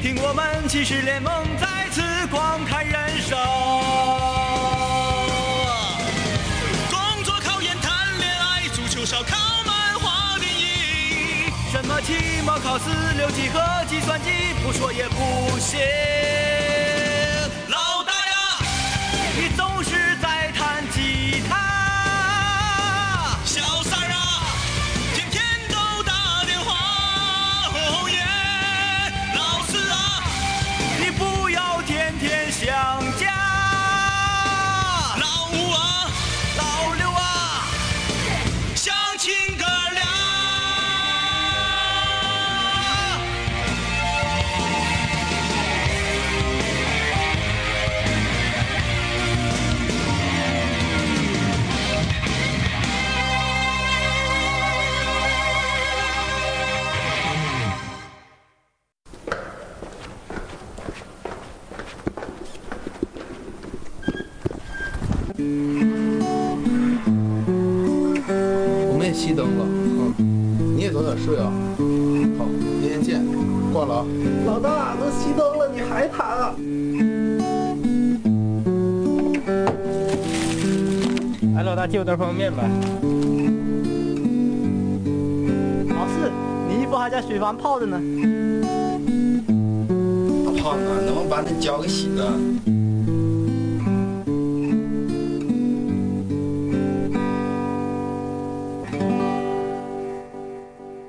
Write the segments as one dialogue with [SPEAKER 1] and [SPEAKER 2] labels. [SPEAKER 1] 听我们骑士联盟再次光看人生。工作考研谈恋爱，足球烧烤漫画电影，什么期末考试、六级和计算机，不说也不行。老大呀，你总是在弹吉他。小三儿啊，天天都打电话。哦耶，老四啊，你不要天天想家。老五啊，老六啊，相亲哥俩。
[SPEAKER 2] 我们也熄灯了，嗯，你也早点睡啊。好，明天见，挂了啊。
[SPEAKER 3] 老大，都熄灯了，你还弹啊？
[SPEAKER 4] 哎，老大借我袋方便面呗。
[SPEAKER 3] 老四，你衣服还在水房泡着呢。
[SPEAKER 5] 大胖子，能不能把那脚给洗了？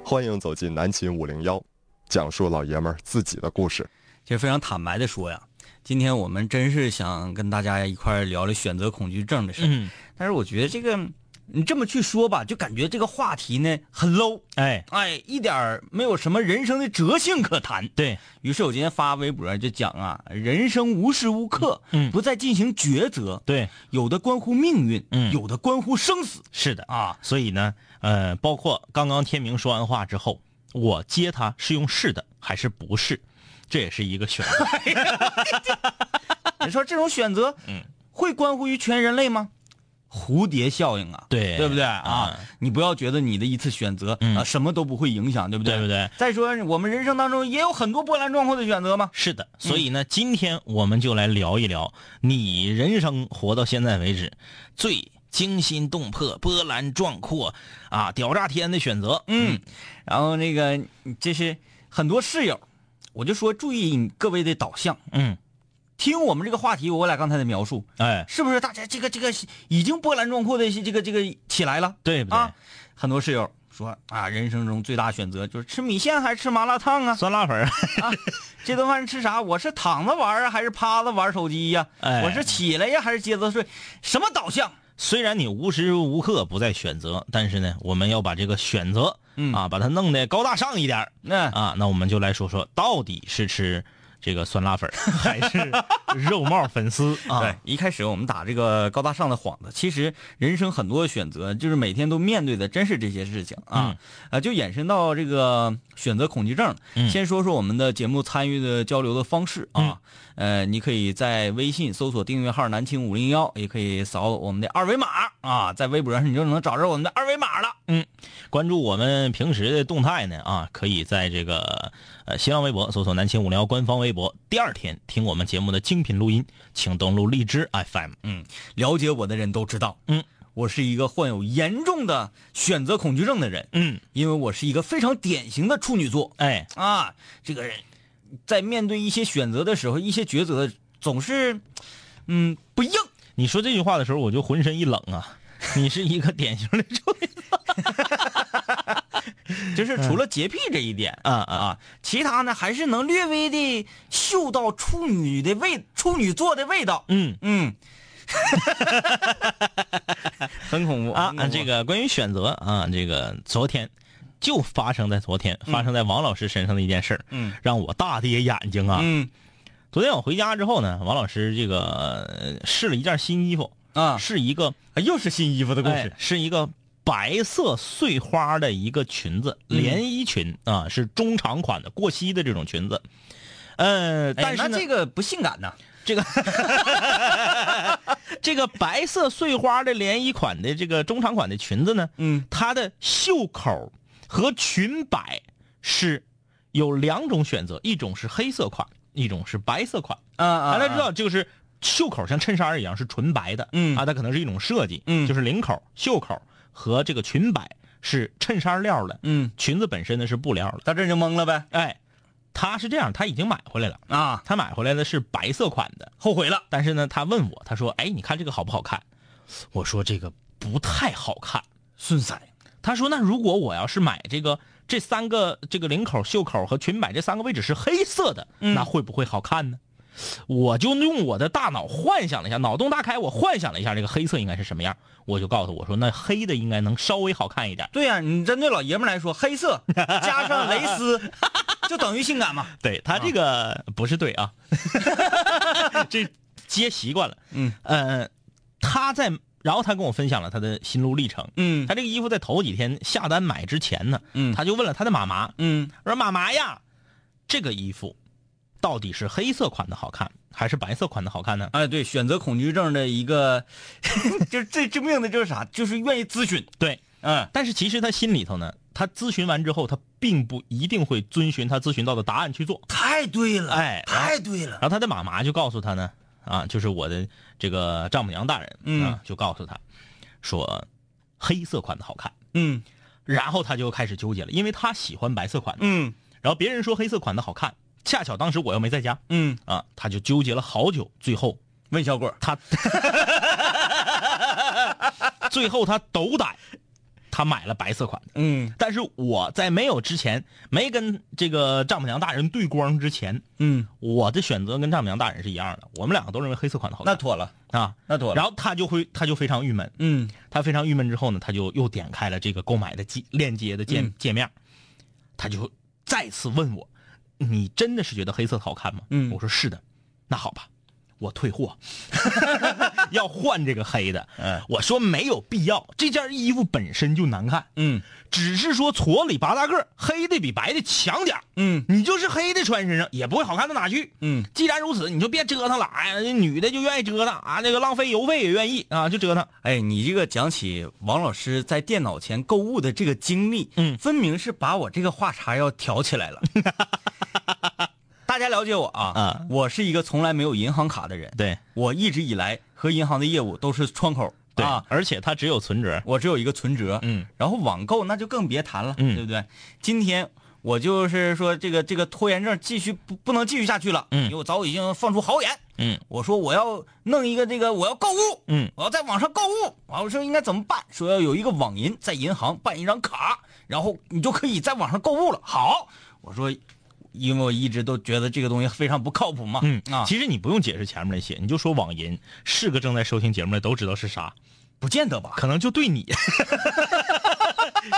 [SPEAKER 6] 欢迎走进南秦五零幺，讲述老爷们儿自己的故事。
[SPEAKER 1] 其实非常坦白的说呀，今天我们真是想跟大家一块儿聊聊选择恐惧症的事儿。
[SPEAKER 4] 嗯，
[SPEAKER 1] 但是我觉得这个你这么去说吧，就感觉这个话题呢很 low，
[SPEAKER 4] 哎，
[SPEAKER 1] 哎，一点儿没有什么人生的哲性可谈。
[SPEAKER 4] 对，
[SPEAKER 1] 于是我今天发微博就讲啊，人生无时无刻
[SPEAKER 4] 嗯
[SPEAKER 1] 不再进行抉择，
[SPEAKER 4] 对，
[SPEAKER 1] 有的关乎命运，
[SPEAKER 4] 嗯
[SPEAKER 1] 有的关乎生死
[SPEAKER 4] 是的。
[SPEAKER 1] 啊。
[SPEAKER 4] 所以呢，呃，包括刚刚天明说完话之后，我接他是用是的还是不是，这也是一个选择。
[SPEAKER 1] 你说这种选择，
[SPEAKER 4] 嗯，
[SPEAKER 1] 会关乎于全人类吗？蝴蝶效应啊，
[SPEAKER 4] 对
[SPEAKER 1] 对不对啊？你不要觉得你的一次选择
[SPEAKER 4] 嗯
[SPEAKER 1] 啊什么都不会影响，对不对？
[SPEAKER 4] 对不对？
[SPEAKER 1] 再说我们人生当中也有很多波澜壮阔的选择嘛。
[SPEAKER 4] 是的，所以呢，今天我们就来聊一聊你人生活到现在为止最惊心动魄、波澜壮阔啊、屌炸天的选择。
[SPEAKER 1] 嗯，然后那个这是很多室友，我就说注意你各位的导向，
[SPEAKER 4] 嗯，
[SPEAKER 1] 听我们这个话题，我俩刚才的描述，
[SPEAKER 4] 哎，
[SPEAKER 1] 是不是大家这个这个已经波澜壮阔的这个这个起来了？
[SPEAKER 4] 对不对？
[SPEAKER 1] 啊，很多室友说啊，人生中最大选择就是吃米线还是吃麻辣烫啊？
[SPEAKER 4] 酸辣粉儿，
[SPEAKER 1] 这顿饭吃啥？我是躺着玩啊，还是趴着玩手机呀、
[SPEAKER 4] 哎
[SPEAKER 1] 我是起来呀，还是接着睡？什么导向？
[SPEAKER 4] 虽然你无时无刻不在选择，但是呢，我们要把这个选择，
[SPEAKER 1] 嗯
[SPEAKER 4] 啊，把它弄得高大上一点儿
[SPEAKER 1] 那、
[SPEAKER 4] 啊。那我们就来说说，到底是吃这个酸辣粉儿还是肉帽粉 丝
[SPEAKER 1] 对
[SPEAKER 4] 啊？，
[SPEAKER 1] 一开始我们打这个高大上的幌子，其实人生很多选择，就是每天都面对的，真是这些事情啊，啊，就衍生到这个选择恐惧症了。
[SPEAKER 4] 嗯
[SPEAKER 1] 先说说我们的节目参与的交流的方式啊，呃，你可以在微信搜索订阅号“南青五零幺”，也可以扫我们的二维码啊，在微博上你就能找着我们的二维码了。
[SPEAKER 4] 关注我们平时的动态呢啊，可以在这个呃新浪微博搜索“南秦五聊”官方微博，第二天听我们节目的精品录音，请登录荔枝 FM。
[SPEAKER 1] 了解我的人都知道，
[SPEAKER 4] 嗯，
[SPEAKER 1] 我是一个患有严重的选择恐惧症的人，
[SPEAKER 4] 嗯，
[SPEAKER 1] 因为我是一个非常典型的处女座。
[SPEAKER 4] 哎，
[SPEAKER 1] 啊，这个人在面对一些选择的时候，一些抉择总是，嗯，不硬。
[SPEAKER 4] 你说这句话的时候，我就浑身一冷 啊。你是一个典型的处女
[SPEAKER 1] 就是除了洁癖这一点、
[SPEAKER 4] 啊
[SPEAKER 1] 啊啊，其他呢还是能略微的嗅到处女的味，处女座的味道。
[SPEAKER 4] 嗯。
[SPEAKER 1] 嗯，很恐怖
[SPEAKER 4] 啊，
[SPEAKER 1] 很恐怖
[SPEAKER 4] 这个关于选择啊，这个昨天就发生在昨天，发生在王老师身上的一件事儿，
[SPEAKER 1] 嗯，
[SPEAKER 4] 让我大跌眼睛啊！
[SPEAKER 1] 嗯
[SPEAKER 4] 昨天我回家之后呢，王老师这个呃试了一件新衣服，
[SPEAKER 1] 啊，
[SPEAKER 4] 是一个
[SPEAKER 1] 又是新衣服的故
[SPEAKER 4] 哎
[SPEAKER 1] 事。
[SPEAKER 4] 是一个白色碎花的一个裙子，
[SPEAKER 1] 嗯
[SPEAKER 4] 连衣裙啊，是中长款的过膝的这种裙子。呃，
[SPEAKER 1] 哎
[SPEAKER 4] 但是
[SPEAKER 1] 那
[SPEAKER 4] 呢，
[SPEAKER 1] 这个不性感呐，
[SPEAKER 4] 这个这个白色碎花的连衣款的这个中长款的裙子呢，
[SPEAKER 1] 嗯，
[SPEAKER 4] 它的袖口和裙摆是
[SPEAKER 7] 有两种选择，一种是黑色款，一种是白色款。
[SPEAKER 1] 啊啊！
[SPEAKER 7] 大
[SPEAKER 1] 啊
[SPEAKER 7] 家知道，就是袖口像衬衫一样是纯白的，
[SPEAKER 1] 嗯
[SPEAKER 7] 啊，它可能是一种设计，
[SPEAKER 1] 嗯
[SPEAKER 7] 就是领口、袖口和这个裙摆是衬衫料的，
[SPEAKER 1] 嗯，
[SPEAKER 7] 裙子本身呢是布料的。
[SPEAKER 1] 到这儿就懵了呗
[SPEAKER 7] 哎，他是这样，他已经买回来了，
[SPEAKER 1] 啊！
[SPEAKER 7] 他买回来的是白色款的，后悔了。但是呢，他问我，他说：“哎，你看这个好不好看？”我说：“这个不太好看。”
[SPEAKER 1] 顺色，
[SPEAKER 7] 他说：“那如果我要是买这个这三个这个领口、袖口和裙摆这三个位置是黑色的，那会不会好看呢？”我就用我的大脑幻想了一下，脑洞大开，我幻想了一下这个黑色应该是什么样。我就告诉我说，那黑的应该能稍微好看一点。
[SPEAKER 1] 对呀、你针对老爷们儿来说，黑 色加上蕾丝，就等于性感嘛。
[SPEAKER 7] 对他这个不是对 啊，这接习惯了。
[SPEAKER 1] 嗯
[SPEAKER 7] 呃，他在，然后他跟我分享了他的心路历程。
[SPEAKER 1] 嗯
[SPEAKER 7] 他这个衣服在头几天下单买之前呢，
[SPEAKER 1] 嗯
[SPEAKER 7] 他就问了他的妈妈，
[SPEAKER 1] 嗯
[SPEAKER 7] 我说妈妈呀，这个衣服到底是黑色款的好看，还是白色款的好看呢？
[SPEAKER 1] 哎，对，选择恐惧症的一个， 就是最致命的就是啥，就是愿意咨询。
[SPEAKER 7] 对，
[SPEAKER 1] 嗯
[SPEAKER 7] 但是其实他心里头呢，他咨询完之后，他并不一定会遵循他咨询到的答案去做。
[SPEAKER 1] 太对了，
[SPEAKER 7] 哎然后
[SPEAKER 1] 太对了
[SPEAKER 7] 然，后他的妈妈就告诉他呢，啊，就是我的这个丈母娘大人，
[SPEAKER 1] 嗯
[SPEAKER 7] 啊，就告诉他说，黑色款的好看。
[SPEAKER 1] 嗯
[SPEAKER 7] 然后他就开始纠结了，因为他喜欢白色款的，
[SPEAKER 1] 嗯
[SPEAKER 7] 然后别人说黑色款的好看，恰巧当时我又没在家，
[SPEAKER 1] 嗯，
[SPEAKER 7] 啊，他就纠结了好久，最后
[SPEAKER 1] 问小果儿，
[SPEAKER 7] 他，最后他斗胆，他买了白色款的。
[SPEAKER 1] 嗯
[SPEAKER 7] 但是我在没有之前，没跟这个丈母娘大人对光之前，
[SPEAKER 1] 嗯，
[SPEAKER 7] 我的选择跟丈母娘大人是一样的，我们两个都认为黑色款的好
[SPEAKER 1] 那
[SPEAKER 7] 看
[SPEAKER 1] 妥了，
[SPEAKER 7] 啊。
[SPEAKER 1] 那妥了。
[SPEAKER 7] 然
[SPEAKER 1] 后
[SPEAKER 7] 后他就会，他就非常郁闷。
[SPEAKER 1] 嗯
[SPEAKER 7] 他非常郁闷之后呢，他就又点开了这个购买的界链接的界、
[SPEAKER 1] 嗯
[SPEAKER 7] 界面，他就再次问我：“你真的是觉得黑色好看吗？”
[SPEAKER 1] 嗯
[SPEAKER 7] 我说：“是的。”那好吧，我 退货， 要换这个黑的。
[SPEAKER 1] 嗯
[SPEAKER 7] 我说没有必要，这件衣服本身就难看，
[SPEAKER 1] 嗯
[SPEAKER 7] 只是说矬里拔大个儿，黑的比白的强点儿
[SPEAKER 1] 嗯
[SPEAKER 7] 你就是黑的穿身上也不会好看到哪去。
[SPEAKER 1] 嗯，
[SPEAKER 7] 既然如此，你就别折腾了。哎呀，那女的就愿意折腾啊，那个浪费邮费也愿意啊，就折腾。
[SPEAKER 1] 哎，你这个讲起王老师在电脑前购物的这个经历，
[SPEAKER 7] 嗯
[SPEAKER 1] 分明是把我这个话茬要挑起 来了。大家了解我啊？
[SPEAKER 7] 啊
[SPEAKER 1] 我是一个从来没有银行卡的人，
[SPEAKER 7] 对。
[SPEAKER 1] 我一直以来和银行的业务都是窗口
[SPEAKER 7] 对，
[SPEAKER 1] 啊，
[SPEAKER 7] 而且它只有存折。
[SPEAKER 1] 我只有一个存折，
[SPEAKER 7] 嗯，
[SPEAKER 1] 然后网购那就更别谈了，
[SPEAKER 7] 嗯
[SPEAKER 1] 对不对？今天我就是说这个这个拖延症继续不不能继续下去了，
[SPEAKER 7] 嗯
[SPEAKER 1] 因为我早已经放出豪言，
[SPEAKER 7] 嗯
[SPEAKER 1] 我说我要弄一个这个，我要购物，
[SPEAKER 7] 嗯，
[SPEAKER 1] 我要在网上购物。完，我说应该怎么办？说要有一个网银，在银行办一张卡，然后你就可以在网上购物了。好，我说，因为我一直都觉得这个东西非常不靠谱嘛，
[SPEAKER 7] 嗯
[SPEAKER 1] 啊，
[SPEAKER 7] 其实你不用解释前面那些，你就说网银是个正在收听节目的都知道是啥，
[SPEAKER 1] 不见得吧，
[SPEAKER 7] 可能就对你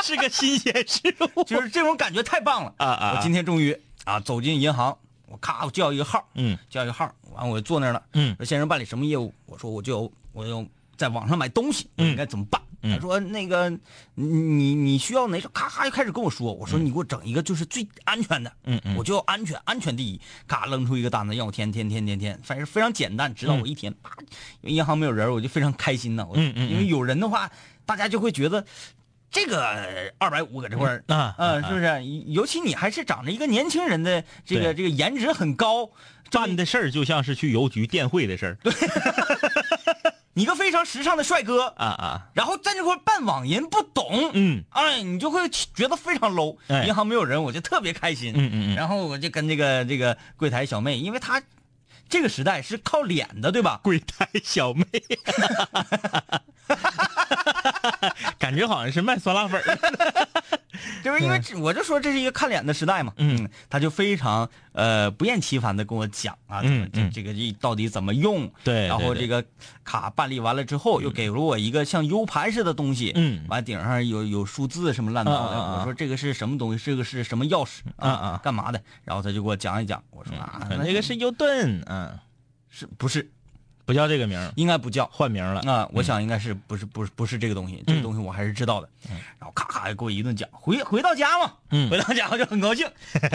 [SPEAKER 7] 是个新鲜事 物。
[SPEAKER 1] 就是这种感觉太棒了
[SPEAKER 7] 啊啊
[SPEAKER 1] 我今天终于啊走进银行，我咔我叫一个号，
[SPEAKER 7] 嗯
[SPEAKER 1] 叫一个号，完我就坐那儿了。
[SPEAKER 7] 嗯
[SPEAKER 1] 说先生办理什么业务？我说我就有我有在网上买东西，我应该怎么办？
[SPEAKER 7] 嗯
[SPEAKER 1] 他说那个你你你需要哪种？咔咔就开始跟我说，我说你给我整一个就是最安全的，
[SPEAKER 7] 嗯嗯
[SPEAKER 1] 我就要安全，安全第一。咔扔出一个单子让我填填填填填，反正非常简单，直到我一填，啪，因为银行没有人，我就非常开心呐。我
[SPEAKER 7] 嗯嗯嗯嗯
[SPEAKER 1] 因为有人的话，大家就会觉得。这个二百五搁这块儿
[SPEAKER 7] 嗯啊
[SPEAKER 1] 嗯，
[SPEAKER 7] 啊
[SPEAKER 1] 是不是？尤其你还是长着一个年轻人的这个
[SPEAKER 7] 对
[SPEAKER 1] 这个颜值很高，这么
[SPEAKER 7] 办的事儿就像是去邮局电汇的事儿。对
[SPEAKER 1] 你一个非常时尚的帅哥，
[SPEAKER 7] 啊啊，
[SPEAKER 1] 然后在这块办网银不懂，
[SPEAKER 7] 嗯
[SPEAKER 1] 哎，你就会觉得非常 low、
[SPEAKER 7] 哎
[SPEAKER 1] 银行没有人，我就特别开心。
[SPEAKER 7] 嗯嗯嗯
[SPEAKER 1] 然后我就跟这个这个柜台小妹，因为她这个时代是靠脸的，对吧？
[SPEAKER 7] 柜台小妹， 感觉好像是卖酸辣粉儿。
[SPEAKER 1] 就是因为这我就说这是一个看脸的时代嘛。
[SPEAKER 7] 嗯，
[SPEAKER 1] 她就非常呃不厌其烦的跟我讲啊，怎么
[SPEAKER 7] 嗯
[SPEAKER 1] 这
[SPEAKER 7] 嗯
[SPEAKER 1] 这个这到底怎么用？
[SPEAKER 7] 对
[SPEAKER 1] 然后
[SPEAKER 7] 哎对
[SPEAKER 1] 这
[SPEAKER 7] 对
[SPEAKER 1] 个卡办理完了之后，又给了我一个像 U 盘似的东西。
[SPEAKER 7] 嗯
[SPEAKER 1] 完顶上有有数字什么乱糟
[SPEAKER 7] 啊啊
[SPEAKER 1] 的。
[SPEAKER 7] 啊
[SPEAKER 1] 我说这个是什么东西？这个是什么钥匙？
[SPEAKER 7] 啊嗯啊
[SPEAKER 1] 干嘛的？然后他就给我讲一讲。我说啊，
[SPEAKER 7] 那个是优盾，嗯，
[SPEAKER 1] 是不是
[SPEAKER 7] 不叫这个名儿，
[SPEAKER 1] 应该不叫？
[SPEAKER 7] 换名儿了。
[SPEAKER 1] 啊，我想应该是不是不是不是这个东西，这
[SPEAKER 7] 嗯
[SPEAKER 1] 个东西我还是知道的。然后咔咔给我一顿讲，回回到家嘛，
[SPEAKER 7] 嗯
[SPEAKER 1] 回到家我就很高 兴，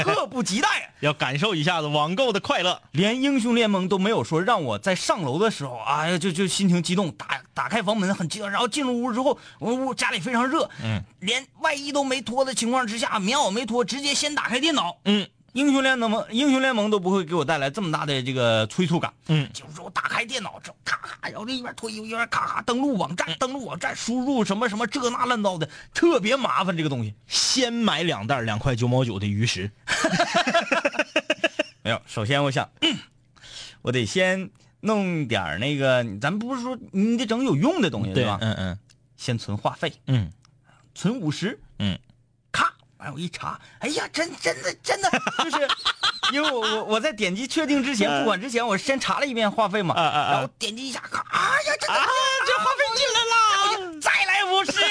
[SPEAKER 1] 迫不及待呀，啊
[SPEAKER 7] 要感受一下子网购的快乐。
[SPEAKER 1] 连英雄联盟都没有说让我在上楼的时候，哎呀，就就心情激动，打打开房门很激动，然后进入屋之后，我屋家里非常热，
[SPEAKER 7] 嗯，
[SPEAKER 1] 连外衣都没脱的情况之下，棉袄没脱，直接先打开电脑，
[SPEAKER 7] 嗯，
[SPEAKER 1] 英雄联盟英雄联盟都不会给我带来这么大的这个催促感。
[SPEAKER 7] 嗯
[SPEAKER 1] 就是说我打开电脑之后，咔咔，然后这一边脱衣服一边咔咔登录网站，登录网站输入什么什么这那乱糟的，特别麻烦这个东西。
[SPEAKER 7] 先买两袋两块九毛九的鱼食，
[SPEAKER 1] 没有，哎首先我想，嗯我得先弄点儿那个，咱不是说你得整有用的东西
[SPEAKER 7] 对
[SPEAKER 1] 吧？
[SPEAKER 7] 嗯嗯
[SPEAKER 1] 先存话费，
[SPEAKER 7] 嗯，
[SPEAKER 1] 存五十，
[SPEAKER 7] 嗯，
[SPEAKER 1] 咔，完我一查，哎呀，真真的真的就是。因为我我我在点击确定之前，付款之前，我先查了一遍话费嘛，
[SPEAKER 7] 啊啊
[SPEAKER 1] 然后点击一下，咔，哎呀，真的，嗯这话费进来了，然后就再来五 十，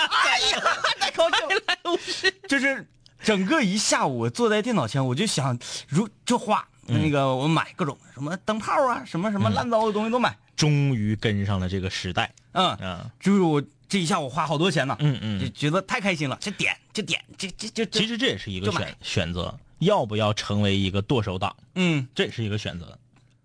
[SPEAKER 1] 哎呀，再口酒，来五十，就是整个一下午，我坐在电脑前，我就想，如就花那个我买各种什么灯泡啊，什么什么烂糟的东西都买，
[SPEAKER 7] 终于跟上了这个时代
[SPEAKER 1] 嗯，
[SPEAKER 7] 啊！
[SPEAKER 1] 就是我这一下我花好多钱呢，
[SPEAKER 7] 嗯嗯
[SPEAKER 1] 就觉得太开心了，这点这点这这这这，
[SPEAKER 7] 其实这也是一个
[SPEAKER 1] 就买
[SPEAKER 7] 选选择，要不要成为一个剁手党，
[SPEAKER 1] 嗯
[SPEAKER 7] 这也是一个选择。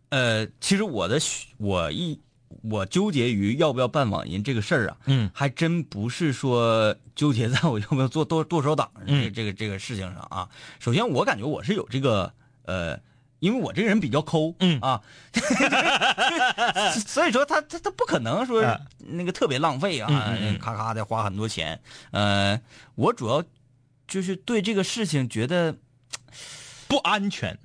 [SPEAKER 1] 呃，其实我的选我一我纠结于要不要办网银这个事儿啊，
[SPEAKER 7] 嗯，
[SPEAKER 1] 还真不是说纠结在我要不要做剁剁手党这个
[SPEAKER 7] 嗯
[SPEAKER 1] 这个这个事情上啊。首先，我感觉我是有这个呃。因为我这个人比较抠，
[SPEAKER 7] 嗯
[SPEAKER 1] 啊， 所以说他他他不可能说
[SPEAKER 7] 啊
[SPEAKER 1] 那个特别浪费啊，
[SPEAKER 7] 嗯嗯嗯
[SPEAKER 1] 咔咔的花很多钱。呃，我主要就是对这个事情觉得
[SPEAKER 7] 不安全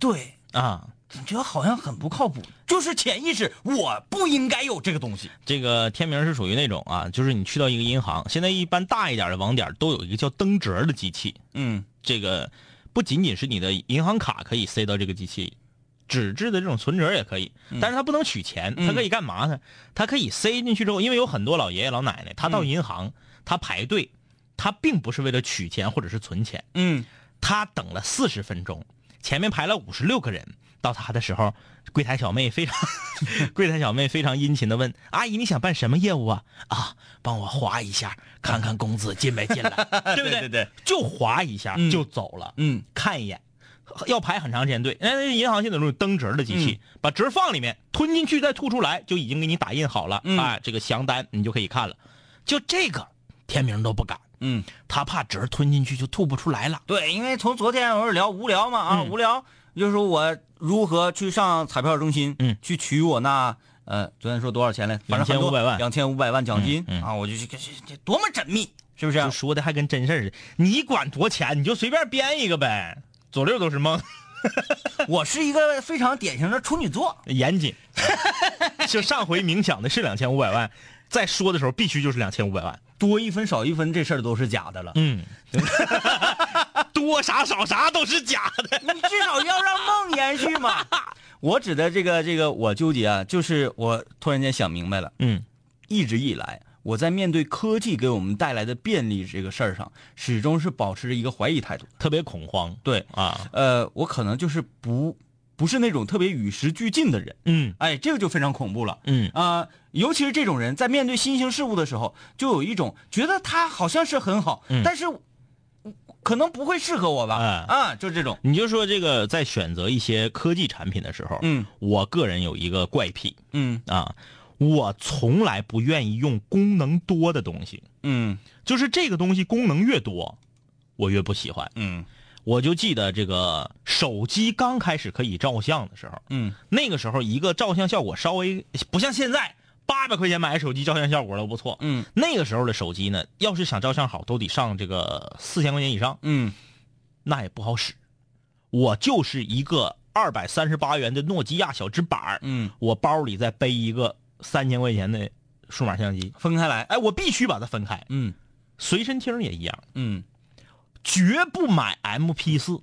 [SPEAKER 1] 对，
[SPEAKER 7] 啊！
[SPEAKER 1] 总觉得好像很不靠谱，就是潜意识我不应该有这个东西。
[SPEAKER 7] 这个天明是属于那种啊，就是你去到一个银行，现在一般大一点的网点都有一个叫登折的机器，
[SPEAKER 1] 嗯
[SPEAKER 7] 这个不仅仅是你的银行卡可以塞到这个机器里，纸质的这种存折也可以，但是它不能取钱，它可以干嘛呢？它可以塞进去之后，因为有很多老爷爷老奶奶，他到银行，他排队，他并不是为了取钱或者是存钱，
[SPEAKER 1] 嗯，
[SPEAKER 7] 他等了四十分钟，前面排了五十六个人，到他的时候，柜台小妹非常， 柜台小妹非常殷勤的问：“阿姨，你想办什么业务啊？啊，帮我划一下，看看工资进没 进来，对不对？
[SPEAKER 1] 对对对
[SPEAKER 7] 就划一下、
[SPEAKER 1] 嗯
[SPEAKER 7] 就走了，
[SPEAKER 1] 嗯，
[SPEAKER 7] 看一眼。”要排很长时间队，那银行现在有那种登折的机器，
[SPEAKER 1] 嗯
[SPEAKER 7] 把折放里面，吞进去再吐出来，就已经给你打印好了、
[SPEAKER 1] 嗯
[SPEAKER 7] 啊，这个详单你就可以看了。就这个，天明都不敢，
[SPEAKER 1] 嗯，
[SPEAKER 7] 他怕折吞进去就吐不出来了。
[SPEAKER 1] 对，因为从昨天我是聊无聊嘛啊，
[SPEAKER 7] 嗯
[SPEAKER 1] 无聊就是我如何去上彩票中心，
[SPEAKER 7] 嗯，
[SPEAKER 1] 去取我那呃，昨天说多少钱来？反正
[SPEAKER 7] 2500万
[SPEAKER 1] 两千五百万奖金、
[SPEAKER 7] 嗯嗯
[SPEAKER 1] 啊，我就去这这这多么缜密， 是不是、
[SPEAKER 7] 就说的还跟真事儿似的。你管多钱，你就随便编一个呗，左六都是梦，
[SPEAKER 1] 我是一个非常典型的处女座，
[SPEAKER 7] 严谨。 就上回冥想的是两千五百万，在说的时候必须就是两千五百万。
[SPEAKER 1] 多一分少一分这事儿都是假的了。
[SPEAKER 7] 嗯，多啥少啥都是假的。
[SPEAKER 1] 你至少要让梦延续嘛。 我指的这个这个我纠结啊，就是我突然间想明白了，
[SPEAKER 7] 嗯
[SPEAKER 1] 一直以来我在面对科技给我们带来的便利这个事儿上，始终是保持着一个怀疑态度。
[SPEAKER 7] 特别恐慌。
[SPEAKER 1] 对，
[SPEAKER 7] 啊，
[SPEAKER 1] 呃，我可能就是不不是那种特别与时俱进的人，
[SPEAKER 7] 嗯
[SPEAKER 1] 哎，这个就非常恐怖了。
[SPEAKER 7] 嗯
[SPEAKER 1] 啊、尤其是这种人在面对新兴事物的时候，就有一种觉得他好像是很好，
[SPEAKER 7] 嗯
[SPEAKER 1] 但是可能不会适合我吧？
[SPEAKER 7] 哎
[SPEAKER 1] 啊，就这种，
[SPEAKER 7] 你就说这个在选择一些科技产品的时候，
[SPEAKER 1] 嗯
[SPEAKER 7] 我个人有一个怪癖
[SPEAKER 1] 嗯
[SPEAKER 7] 啊，我从来不愿意用功能多的东西。
[SPEAKER 1] 嗯
[SPEAKER 7] 就是这个东西功能越多，我越不喜欢。
[SPEAKER 1] 嗯
[SPEAKER 7] 我就记得这个手机刚开始可以照相的时候，
[SPEAKER 1] 嗯
[SPEAKER 7] 那个时候一个照相效果稍微不像现在八百块钱买个手机照相效果都不错。
[SPEAKER 1] 嗯
[SPEAKER 7] 那个时候的手机呢，要是想照相好，都得上这个四千块钱以上，
[SPEAKER 1] 嗯
[SPEAKER 7] 那也不好使。我就是一个二百三十八元的诺基亚小直板儿
[SPEAKER 1] 嗯，
[SPEAKER 7] 我包里再背一个三千块钱的数码相机，
[SPEAKER 1] 分开来，
[SPEAKER 7] 哎，我必须把它分开。
[SPEAKER 1] 嗯
[SPEAKER 7] 随身听也一样，
[SPEAKER 1] 嗯
[SPEAKER 7] 绝不买 MP 四，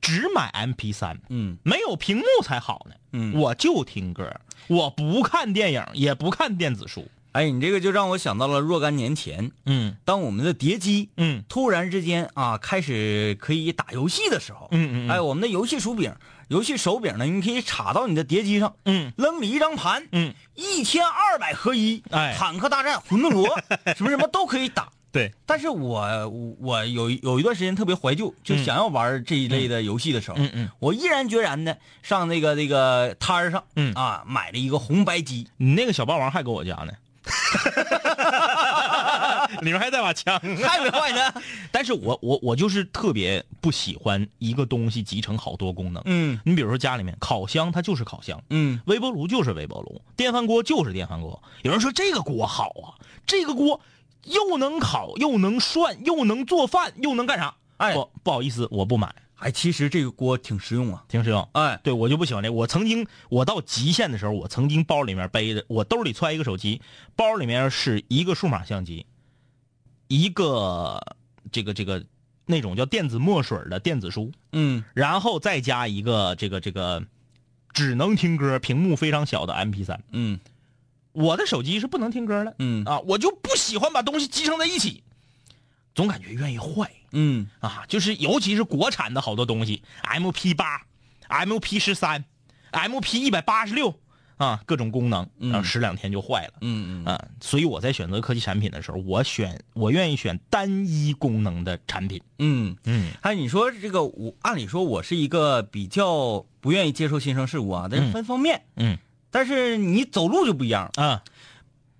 [SPEAKER 7] 只买 MP 三，
[SPEAKER 1] 嗯
[SPEAKER 7] 没有屏幕才好呢。
[SPEAKER 1] 嗯
[SPEAKER 7] 我就听歌，我不看电影，也不看电子书。
[SPEAKER 1] 哎，你这个就让我想到了若干年前，
[SPEAKER 7] 嗯
[SPEAKER 1] 当我们的碟机
[SPEAKER 7] 嗯
[SPEAKER 1] 突然之间啊开始可以打游戏的时候，
[SPEAKER 7] 嗯嗯嗯
[SPEAKER 1] 哎，我们的游戏鼠柄、游戏手柄呢，你可以插到你的碟机上，
[SPEAKER 7] 嗯
[SPEAKER 1] 扔里一张盘，
[SPEAKER 7] 嗯，
[SPEAKER 1] 一天二百合一，
[SPEAKER 7] 哎
[SPEAKER 1] 坦克大战、魂斗罗什么什么都可以打。
[SPEAKER 7] 对，
[SPEAKER 1] 但是我我有有一段时间特别怀旧，就想要玩这一类的游戏的时候，
[SPEAKER 7] 嗯嗯嗯
[SPEAKER 1] 我毅然决然的上那个那个摊儿上，
[SPEAKER 7] 嗯
[SPEAKER 1] 啊， 买了一个红白机，
[SPEAKER 7] 你那个小霸王还搁我家呢。里面还带把枪，还没坏呢。但是我我我就是特别不喜欢一个东西集成好多功能。
[SPEAKER 1] 嗯
[SPEAKER 7] 你比如说家里面烤箱，它就是烤箱，
[SPEAKER 1] 嗯，
[SPEAKER 7] 微波炉就是微波炉，电饭锅就是电饭锅。有人说这个锅好啊，这个锅又能烤，又能涮，又能做饭，又能干啥？
[SPEAKER 1] 哎
[SPEAKER 7] 不不好意思，我不买，
[SPEAKER 1] 哎，其实这个锅挺实用啊。
[SPEAKER 7] 挺实用。
[SPEAKER 1] 哎，
[SPEAKER 7] 对我就不喜欢这个。我曾经我到极限的时候，我曾经包里面背着，我兜里揣一个手机，包里面是一个数码相机，一个这个这个那种叫电子墨水的电子书，
[SPEAKER 1] 嗯，
[SPEAKER 7] 然后再加一个这个这个只能听歌，屏幕非常小的 MP 三。
[SPEAKER 1] 嗯，
[SPEAKER 7] 我的手机是不能听歌的。
[SPEAKER 1] 嗯
[SPEAKER 7] 啊，我就不喜欢把东西集成在一起，总感觉愿意坏。
[SPEAKER 1] 嗯，
[SPEAKER 7] 啊，就是尤其是国产的好多东西，MP 八、MP 十三、MP 一百八十六啊，各种功能，然后使两天就坏了。
[SPEAKER 1] 嗯
[SPEAKER 7] 啊，所以我在选择科技产品的时候，我选我愿意选单一功能的产品。
[SPEAKER 1] 嗯
[SPEAKER 7] 嗯，
[SPEAKER 1] 哎，你说这个我，按理说我是一个比较不愿意接受新生事物啊，但是分方面，
[SPEAKER 7] 嗯嗯
[SPEAKER 1] 但是你走路就不一样了。
[SPEAKER 7] 啊，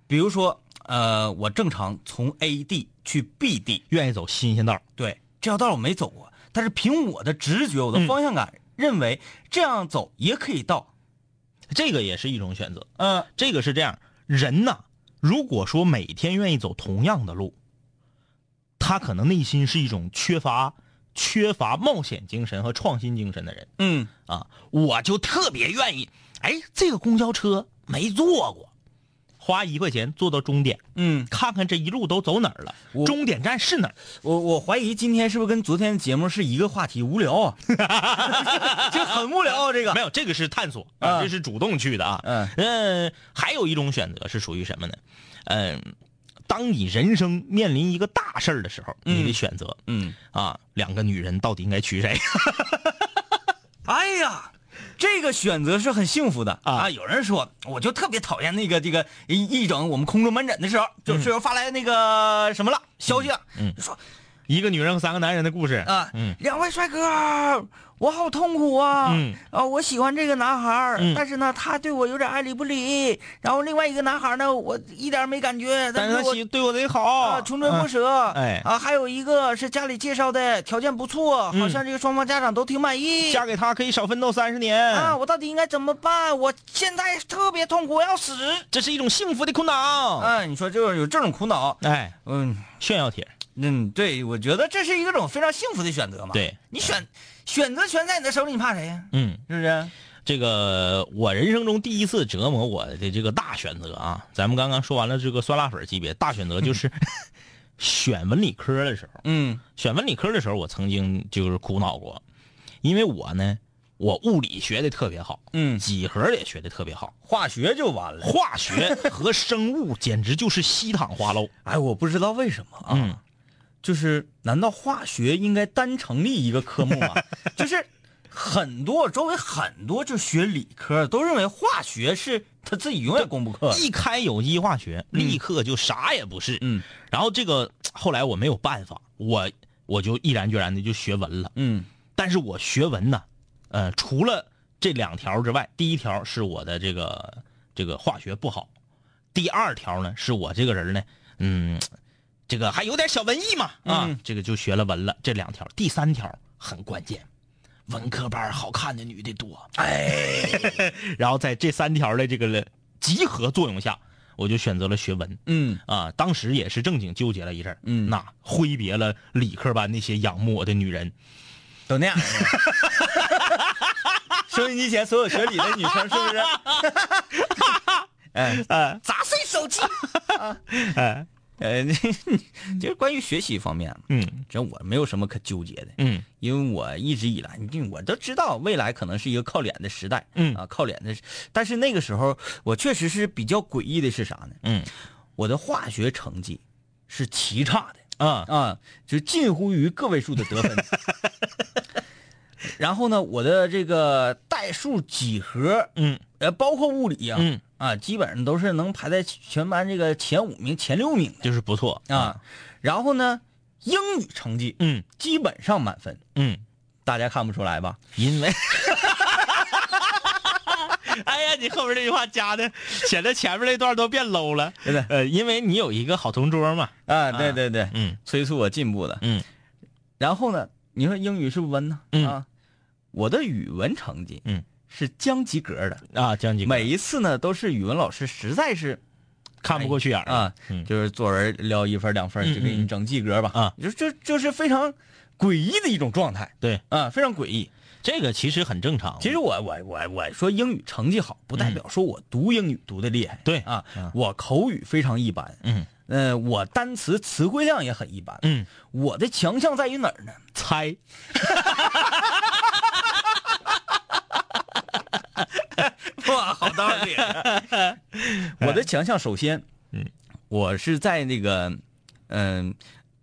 [SPEAKER 1] 比如说，呃，我正常从 A 地去 B 地，
[SPEAKER 7] 愿意走新鲜道儿。
[SPEAKER 1] 对，这条道儿我没走过，但是凭我的直觉，我的
[SPEAKER 7] 嗯
[SPEAKER 1] 方向感，认为这样走也可以到。
[SPEAKER 7] 这个也是一种选择。
[SPEAKER 1] 嗯
[SPEAKER 7] 这个是这样，人呐，如果说每天愿意走同样的路，他可能内心是一种缺乏缺乏冒险精神和创新精神的人。
[SPEAKER 1] 嗯
[SPEAKER 7] 啊，我就特别愿意，哎，这个公交车没坐过，花一块钱坐到终点，
[SPEAKER 1] 嗯，
[SPEAKER 7] 看看这一路都走哪儿了
[SPEAKER 1] 我，
[SPEAKER 7] 终点站是哪儿？
[SPEAKER 1] 我我怀疑今天是不是跟昨天的节目是一个话题，无聊啊，这很无聊啊，这 个
[SPEAKER 7] 没有，这个是探索
[SPEAKER 1] 啊
[SPEAKER 7] 啊，这是主动去的啊。
[SPEAKER 1] 嗯
[SPEAKER 7] 呃，还有一种选择是属于什么呢？嗯、当你人生面临一个大事儿的时候，你得选择
[SPEAKER 1] 嗯，
[SPEAKER 7] 啊，两个女人到底应该娶谁？
[SPEAKER 1] 哎呀，这个选择是很幸福的
[SPEAKER 7] 啊
[SPEAKER 1] 有人说，我就特别讨厌那个这个一一整我们空中门诊的时候，就室友发来那个什么了消息了，
[SPEAKER 7] 嗯
[SPEAKER 1] 说
[SPEAKER 7] 一个女人和三个男人的故事
[SPEAKER 1] 啊，
[SPEAKER 7] 嗯
[SPEAKER 1] 两位帅哥，我好痛苦啊，
[SPEAKER 7] 嗯
[SPEAKER 1] 啊，我喜欢这个男孩儿，
[SPEAKER 7] 嗯
[SPEAKER 1] 但是呢，他对我有点爱理不理，然后另外一个男孩儿呢，我一点儿没感觉，
[SPEAKER 7] 但是他
[SPEAKER 1] 我
[SPEAKER 7] 媳对我得
[SPEAKER 1] 啊，
[SPEAKER 7] 好，
[SPEAKER 1] 穷追不舍，
[SPEAKER 7] 哎
[SPEAKER 1] 啊，还有一个是家里介绍的，条件不错，好
[SPEAKER 7] 嗯
[SPEAKER 1] 像这个双方家长都挺满意。
[SPEAKER 7] 嫁给他可以少奋斗三十年
[SPEAKER 1] 啊，我到底应该怎么办？我现在特别痛苦，我要死。
[SPEAKER 7] 这是一种幸福的苦恼。
[SPEAKER 1] 啊，你说就是有这种苦恼，
[SPEAKER 7] 哎，
[SPEAKER 1] 嗯
[SPEAKER 7] 炫耀帖，
[SPEAKER 1] 嗯，对，我觉得这是一个种非常幸福的选择嘛。
[SPEAKER 7] 对
[SPEAKER 1] 你选选择权在你的手里，你怕谁呀？
[SPEAKER 7] 嗯，
[SPEAKER 1] 是不是？
[SPEAKER 7] 这个我人生中第一次折磨我的这个大选择啊，咱们刚刚说完了这个酸辣粉级别大选择，就是 选文理科的时候，
[SPEAKER 1] 嗯
[SPEAKER 7] 选文理科的时候，我曾经就是苦恼过，因为我呢，我物理学的特别好，
[SPEAKER 1] 嗯，
[SPEAKER 7] 几何也学的特别好，
[SPEAKER 1] 化学就完了。
[SPEAKER 7] 化学和生物简直就是稀淌花漏。
[SPEAKER 1] 哎，我不知道为什么啊，
[SPEAKER 7] 嗯
[SPEAKER 1] 就是难道化学应该单成立一个科目 吗？就是很多周围很多就学理科都认为化学是他自己永远功不可。
[SPEAKER 7] 一开有机化学，立刻就啥也不是。
[SPEAKER 1] 嗯
[SPEAKER 7] 然后这个后来我没有办法，我我就毅然决然的就学文了。
[SPEAKER 1] 嗯
[SPEAKER 7] 但是我学文呢，呃，除了这两条之外，第一条是我的这个这个化学不好，第二条呢是我这个人呢，嗯，这个还有点小文艺嘛啊，
[SPEAKER 1] 嗯
[SPEAKER 7] 这个就学了文了。这两条，第三条很关键。文科班好看的女的多，哎， 然后在这三条的这个集合作用下，我就选择了学文。
[SPEAKER 1] 嗯
[SPEAKER 7] 啊，当时也是正经纠结了一阵儿，
[SPEAKER 1] 嗯
[SPEAKER 7] 那挥别了理科班那些仰慕我的女人，
[SPEAKER 1] 都那样的。 收音机前所有学理的女生是不是？ 哎哎，砸碎手机！
[SPEAKER 7] 哎，
[SPEAKER 1] 呃， 就是关于学习方面，
[SPEAKER 7] 嗯
[SPEAKER 1] 这我没有什么可纠结的。
[SPEAKER 7] 嗯
[SPEAKER 1] 因为我一直以来，你这我都知道未来可能是一个靠脸的时代，
[SPEAKER 7] 嗯
[SPEAKER 1] 啊，靠脸的时。但是那个时候，我确实是比较诡异的是啥呢？
[SPEAKER 7] 嗯
[SPEAKER 1] 我的化学成绩是奇差的
[SPEAKER 7] 啊
[SPEAKER 1] 啊，就近乎于个位数的得分。然后呢，我的这个代数、几何，
[SPEAKER 7] 嗯
[SPEAKER 1] 呃，包括物理啊，
[SPEAKER 7] 嗯
[SPEAKER 1] 啊，基本上都是能排在全班这个前五名、前六名
[SPEAKER 7] 就是不错，
[SPEAKER 1] 的啊。然后呢，英语成绩
[SPEAKER 7] 嗯
[SPEAKER 1] 基本上满分，
[SPEAKER 7] 嗯，
[SPEAKER 1] 大家看不出来吧？
[SPEAKER 7] 因为哎呀，你后边这句话加的，显得前面那段都变 low 了。
[SPEAKER 1] 真的
[SPEAKER 7] 呃，因为你有一个好同桌嘛。
[SPEAKER 1] 啊，对对对，
[SPEAKER 7] 嗯
[SPEAKER 1] 催促我进步的。
[SPEAKER 7] 嗯
[SPEAKER 1] 然后呢，你说英语是不是温呢？
[SPEAKER 7] 嗯
[SPEAKER 1] 啊，我的语文成绩
[SPEAKER 7] 嗯
[SPEAKER 1] 是将及格的。
[SPEAKER 7] 啊，江吉
[SPEAKER 1] 每一次呢，都是语文老师实在是
[SPEAKER 7] 看不过去眼儿
[SPEAKER 1] 啊，
[SPEAKER 7] 嗯
[SPEAKER 1] 就是作文撂一分两分
[SPEAKER 7] 嗯
[SPEAKER 1] 就给你整及格吧
[SPEAKER 7] 嗯啊，
[SPEAKER 1] 就就就是非常诡异的一种状态
[SPEAKER 7] 对，
[SPEAKER 1] 啊，非常诡异。
[SPEAKER 7] 这个其实很正常。
[SPEAKER 1] 其实我我我我说英语成绩好，不代表说我读英语读的厉害。
[SPEAKER 7] 嗯对
[SPEAKER 1] 啊，我口语非常一般。
[SPEAKER 7] 嗯
[SPEAKER 1] 呃，我单词词汇量也很一般。
[SPEAKER 7] 嗯，
[SPEAKER 1] 我的强项在于哪儿呢？
[SPEAKER 7] 猜，
[SPEAKER 1] 哇，好道理！啊 我的强项首先，
[SPEAKER 7] 嗯，
[SPEAKER 1] 我是在那个，嗯、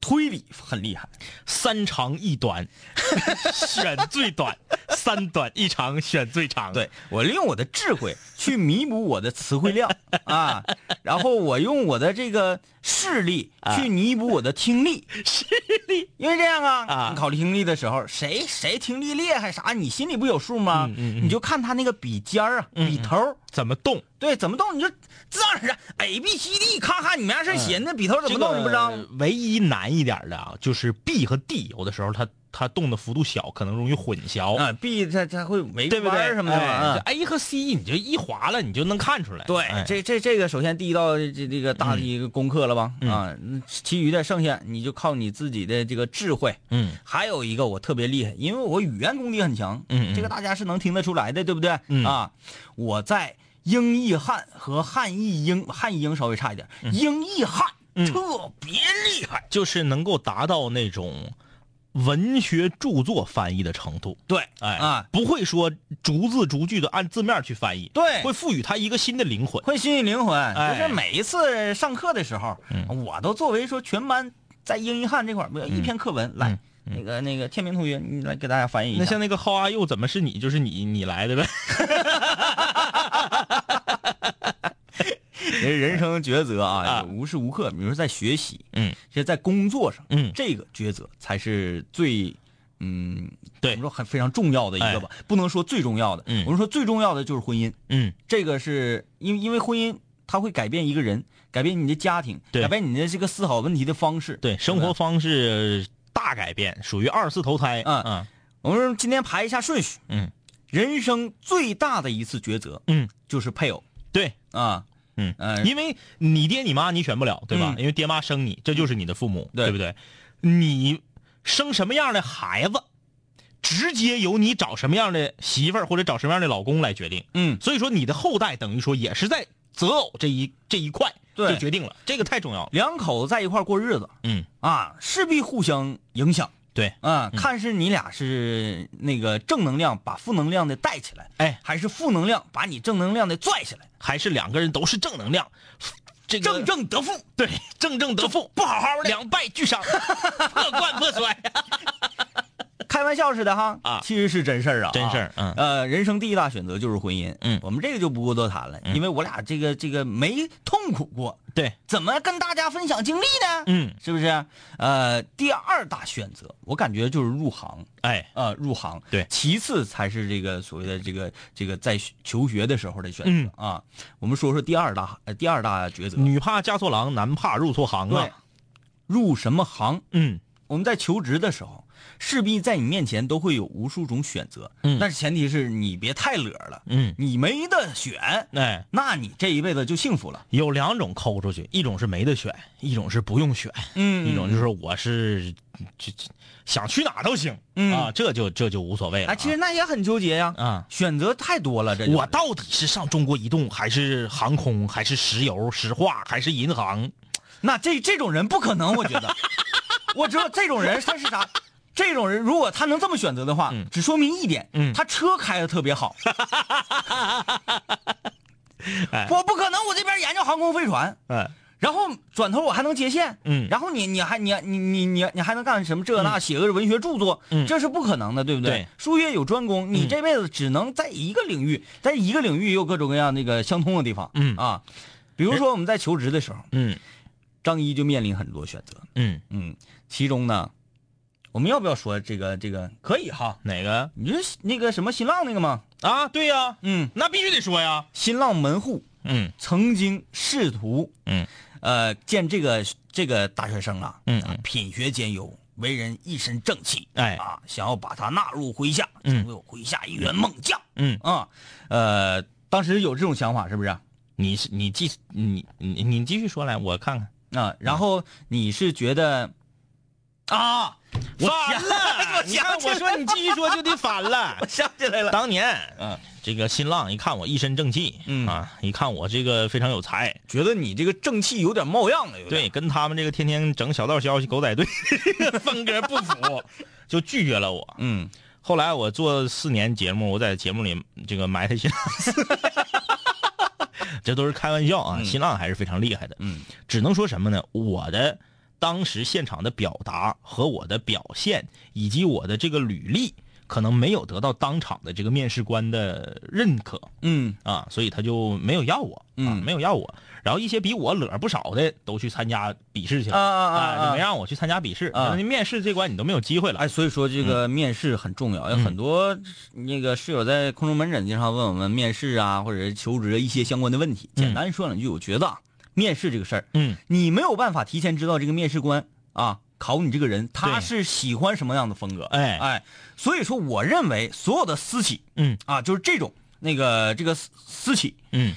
[SPEAKER 1] 推理很厉害。
[SPEAKER 7] 三长一短， 选最短；三短一长，选最长。
[SPEAKER 1] 对，我利用我的智慧去弥补我的词汇量啊，然后我用我的这个视力
[SPEAKER 7] 啊
[SPEAKER 1] 去弥补我的听力。视力，因为这样啊，
[SPEAKER 7] 啊
[SPEAKER 1] 你考听力的时候，谁谁听力厉害啥，你心里不有数吗？
[SPEAKER 7] 嗯嗯嗯嗯
[SPEAKER 1] 你就看他那个笔尖儿啊，笔头儿
[SPEAKER 7] 怎么动？
[SPEAKER 1] 对，怎么动你就自然而然 A B C D，咔咔，你没啥事写，那笔头怎么动你不知道
[SPEAKER 7] 嗯这
[SPEAKER 1] 吗？
[SPEAKER 7] 个唯一难一点的啊，就是 B 和 D，有的时候它它动的幅度小，可能容易混淆。
[SPEAKER 1] 啊，B 它它会围
[SPEAKER 7] 哦对不
[SPEAKER 1] 弯
[SPEAKER 7] 对？
[SPEAKER 1] 儿什么的嘛。
[SPEAKER 7] 哎
[SPEAKER 1] 啊
[SPEAKER 7] 这 A 和 C 你就一划了，你就能看出来。
[SPEAKER 1] 对，
[SPEAKER 7] 哎
[SPEAKER 1] 这这这个首先第一道这这个大的一个功课了吧？
[SPEAKER 7] 嗯
[SPEAKER 1] 啊，嗯其余的剩下你就靠你自己的这个智慧。
[SPEAKER 7] 嗯，
[SPEAKER 1] 还有一个我特别厉害，因为我语言功底很强，
[SPEAKER 7] 嗯嗯
[SPEAKER 1] 这个大家是能听得出来的，对不对？
[SPEAKER 7] 嗯
[SPEAKER 1] 啊，我在英译汉和汉译英，汉译英稍微差一点，
[SPEAKER 7] 嗯
[SPEAKER 1] 英译汉特别厉害。
[SPEAKER 7] 就是能够达到那种文学著作翻译的程度。
[SPEAKER 1] 对，
[SPEAKER 7] 哎
[SPEAKER 1] 啊，
[SPEAKER 7] 不会说逐字逐句的按字面去翻译，
[SPEAKER 1] 对
[SPEAKER 7] 会赋予它一个新的灵魂。
[SPEAKER 1] 会吸引灵魂。
[SPEAKER 7] 哎嗯
[SPEAKER 1] 就是每一次上课的时候，我都作为说全班在英译汉这块儿，没有一篇课文、
[SPEAKER 7] 嗯
[SPEAKER 1] 来。那个那个天明同学，你来给大家翻译一下。
[SPEAKER 7] 那像那个 How are you 怎么是你就是你你来的呗？
[SPEAKER 1] 人人生抉择啊，
[SPEAKER 7] 啊
[SPEAKER 1] 无时无刻，比如说在学习，
[SPEAKER 7] 嗯，
[SPEAKER 1] 其实在工作上，
[SPEAKER 7] 嗯
[SPEAKER 1] 这个抉择才是最，嗯，
[SPEAKER 7] 对哎
[SPEAKER 1] 我们说很非常重要的一个吧，不能说最重要的，
[SPEAKER 7] 嗯
[SPEAKER 1] 我们说最重要的就是婚姻，
[SPEAKER 7] 嗯，
[SPEAKER 1] 这个是因为因为婚姻它会改变一个人，改变你的家庭，
[SPEAKER 7] 对
[SPEAKER 1] 改变你的这个思考问题的方式，
[SPEAKER 7] 对，生
[SPEAKER 1] 不
[SPEAKER 7] 活方式大改变，属于二次投胎。
[SPEAKER 1] 嗯
[SPEAKER 7] 嗯
[SPEAKER 1] 我们今天排一下顺序。
[SPEAKER 7] 嗯，
[SPEAKER 1] 人生最大的一次抉择，
[SPEAKER 7] 嗯，
[SPEAKER 1] 就是配偶
[SPEAKER 7] 对，
[SPEAKER 1] 啊。
[SPEAKER 7] 嗯
[SPEAKER 1] 呃
[SPEAKER 7] 因为你爹你妈你选不了，对吧？
[SPEAKER 1] 嗯
[SPEAKER 7] 因为爹妈生你，这就是你的父母，
[SPEAKER 1] 对
[SPEAKER 7] 不嗯对？你生什么样的孩子，直接由你找什么样的媳妇儿或者找什么样的老公来决定。
[SPEAKER 1] 嗯，
[SPEAKER 7] 所以说你的后代等于说也是在择偶这一这一块
[SPEAKER 1] 对
[SPEAKER 7] 就决定了，这个太重要了。
[SPEAKER 1] 两口子在一块儿过日子
[SPEAKER 7] 嗯，
[SPEAKER 1] 啊，势必互相影响
[SPEAKER 7] 对，嗯
[SPEAKER 1] 啊。看是你俩是那个正能量把负能量的带起来，
[SPEAKER 7] 哎，
[SPEAKER 1] 还是负能量把你正能量的拽起 来，
[SPEAKER 7] 还是两个人都是正能量，这个
[SPEAKER 1] 正正得负。
[SPEAKER 7] 对正正得负，不好好的两败俱 伤，破罐破摔。
[SPEAKER 1] 开玩笑似的哈
[SPEAKER 7] 啊
[SPEAKER 1] 其实是真事儿啊，
[SPEAKER 7] 真事儿嗯
[SPEAKER 1] 啊呃，人生第一大选择就是婚姻，
[SPEAKER 7] 嗯
[SPEAKER 1] 我们这个就不过多谈了，因为我俩这个这个没痛苦过，
[SPEAKER 7] 对，
[SPEAKER 1] 怎么跟大家分享经历呢？
[SPEAKER 7] 嗯，
[SPEAKER 1] 是不是？呃，第二大选择，我感觉就是入行，
[SPEAKER 7] 哎，
[SPEAKER 1] 呃，入行。
[SPEAKER 7] 对
[SPEAKER 1] 其次才是这个所谓的这个这个在求学的时候的选择、
[SPEAKER 7] 嗯
[SPEAKER 1] 啊。我们说说第二大呃第二大抉择，
[SPEAKER 7] 女怕嫁错郎，男怕入错行
[SPEAKER 1] 对
[SPEAKER 7] 啊。，
[SPEAKER 1] 入什么行？
[SPEAKER 7] 嗯，
[SPEAKER 1] 我们在求职的时候，势必在你面前都会有无数种选择，
[SPEAKER 7] 嗯
[SPEAKER 1] 但是前提是你别太惹了，
[SPEAKER 7] 嗯
[SPEAKER 1] 你没得选，
[SPEAKER 7] 哎，
[SPEAKER 1] 那你这一辈子就幸福了。
[SPEAKER 7] 有两种抠出去，一种是没得选，一种是不用选，
[SPEAKER 1] 嗯
[SPEAKER 7] 一种就是我是这这想去哪都行、
[SPEAKER 1] 嗯
[SPEAKER 7] 啊，这就这就无所谓了
[SPEAKER 1] 啊，其实那也很纠结呀，
[SPEAKER 7] 啊
[SPEAKER 1] 选择太多了，这就是
[SPEAKER 7] 我到底是上中国移动，还是航空，还是石油、石化，还是银行？
[SPEAKER 1] 那这这种人不可能，我觉得，我知道这种人他是啥。这种人如果他能这么选择的话，只说明一点，
[SPEAKER 7] 嗯
[SPEAKER 1] 他车开的特别好。我不可能，我这边研究航空飞船，
[SPEAKER 7] 哎，
[SPEAKER 1] 然后转头我还能接线，
[SPEAKER 7] 嗯
[SPEAKER 1] 然后你你还你你你你你还能干什么这那、写个文学著作，
[SPEAKER 7] 嗯
[SPEAKER 1] 这是不可能的，对不
[SPEAKER 7] 对嗯
[SPEAKER 1] 术业有专攻，你这辈子只能在一个领域，在一个领域有各种各样那个相通的地方，
[SPEAKER 7] 嗯
[SPEAKER 1] 啊，比如说我们在求职的时候，
[SPEAKER 7] 嗯
[SPEAKER 1] 张一就面临很多选择，
[SPEAKER 7] 嗯
[SPEAKER 1] 嗯，其中呢，我们要不要说这个这个可以哈？
[SPEAKER 7] 哪个
[SPEAKER 1] 你说那个什么新浪那个吗？
[SPEAKER 7] 啊？对呀、
[SPEAKER 1] 嗯，
[SPEAKER 7] 那必须得说呀。
[SPEAKER 1] 新浪门户
[SPEAKER 7] 嗯
[SPEAKER 1] 曾经试图
[SPEAKER 7] 嗯
[SPEAKER 1] 呃见这个这个大学生啊，
[SPEAKER 7] 嗯
[SPEAKER 1] 啊
[SPEAKER 7] 嗯
[SPEAKER 1] 品学兼优，为人一身正气，
[SPEAKER 7] 哎
[SPEAKER 1] 啊，想要把他纳入麾下，
[SPEAKER 7] 嗯
[SPEAKER 1] 成为我麾下一员猛将
[SPEAKER 7] 嗯，
[SPEAKER 1] 啊，呃，当时有这种想法是不啊是？
[SPEAKER 7] 你是你继你你你继续说来，我看看。
[SPEAKER 1] 啊，然后你是觉得啊，我
[SPEAKER 7] 反了！你看我说你继续说就得反了。
[SPEAKER 1] 想起来了，
[SPEAKER 7] 当年，
[SPEAKER 1] 嗯，
[SPEAKER 7] 这个新浪一看我一身正气，
[SPEAKER 1] 嗯
[SPEAKER 7] 啊，一看我这个非常有才，
[SPEAKER 1] 觉得你这个正气有点冒样了，有
[SPEAKER 7] 对，
[SPEAKER 1] 点
[SPEAKER 7] 跟他们这个天天整小道消息、狗仔 队风格不符， 就拒绝了我。
[SPEAKER 1] 嗯，
[SPEAKER 7] 后来我做四年节目，我在节目里这个埋汰新浪， 这都是开玩笑啊。新浪还是非常厉害的，
[SPEAKER 1] 嗯，
[SPEAKER 7] 只能说什么呢？我的当时现场的表达和我的表现，以及我的这个履历，可能没有得到当场的这个面试官的认可
[SPEAKER 1] 嗯
[SPEAKER 7] 啊，所以他就没有要我，啊，
[SPEAKER 1] 嗯
[SPEAKER 7] 没有要我。然后一些比我乐不少的都去参加笔试去了，哎
[SPEAKER 1] 啊啊啊
[SPEAKER 7] 就
[SPEAKER 1] 啊
[SPEAKER 7] 没让我去参加笔试。
[SPEAKER 1] 啊
[SPEAKER 7] 那面试这关你都没有机会了。嗯
[SPEAKER 1] 哎，所以说这个面试很重要，有很多那个室友在空中门诊经常问我们面试啊，或者是求职一些相关的问题。简单说两句，我觉得啊，面试这个事儿，
[SPEAKER 7] 嗯，
[SPEAKER 1] 你没有办法提前知道这个面试官啊考你这个人他
[SPEAKER 7] 对
[SPEAKER 1] 是喜欢什么样的风格，
[SPEAKER 7] 哎
[SPEAKER 1] 哎，所以说我认为所有的私企，
[SPEAKER 7] 嗯
[SPEAKER 1] 啊，就是这种那个这个私私企
[SPEAKER 7] 嗯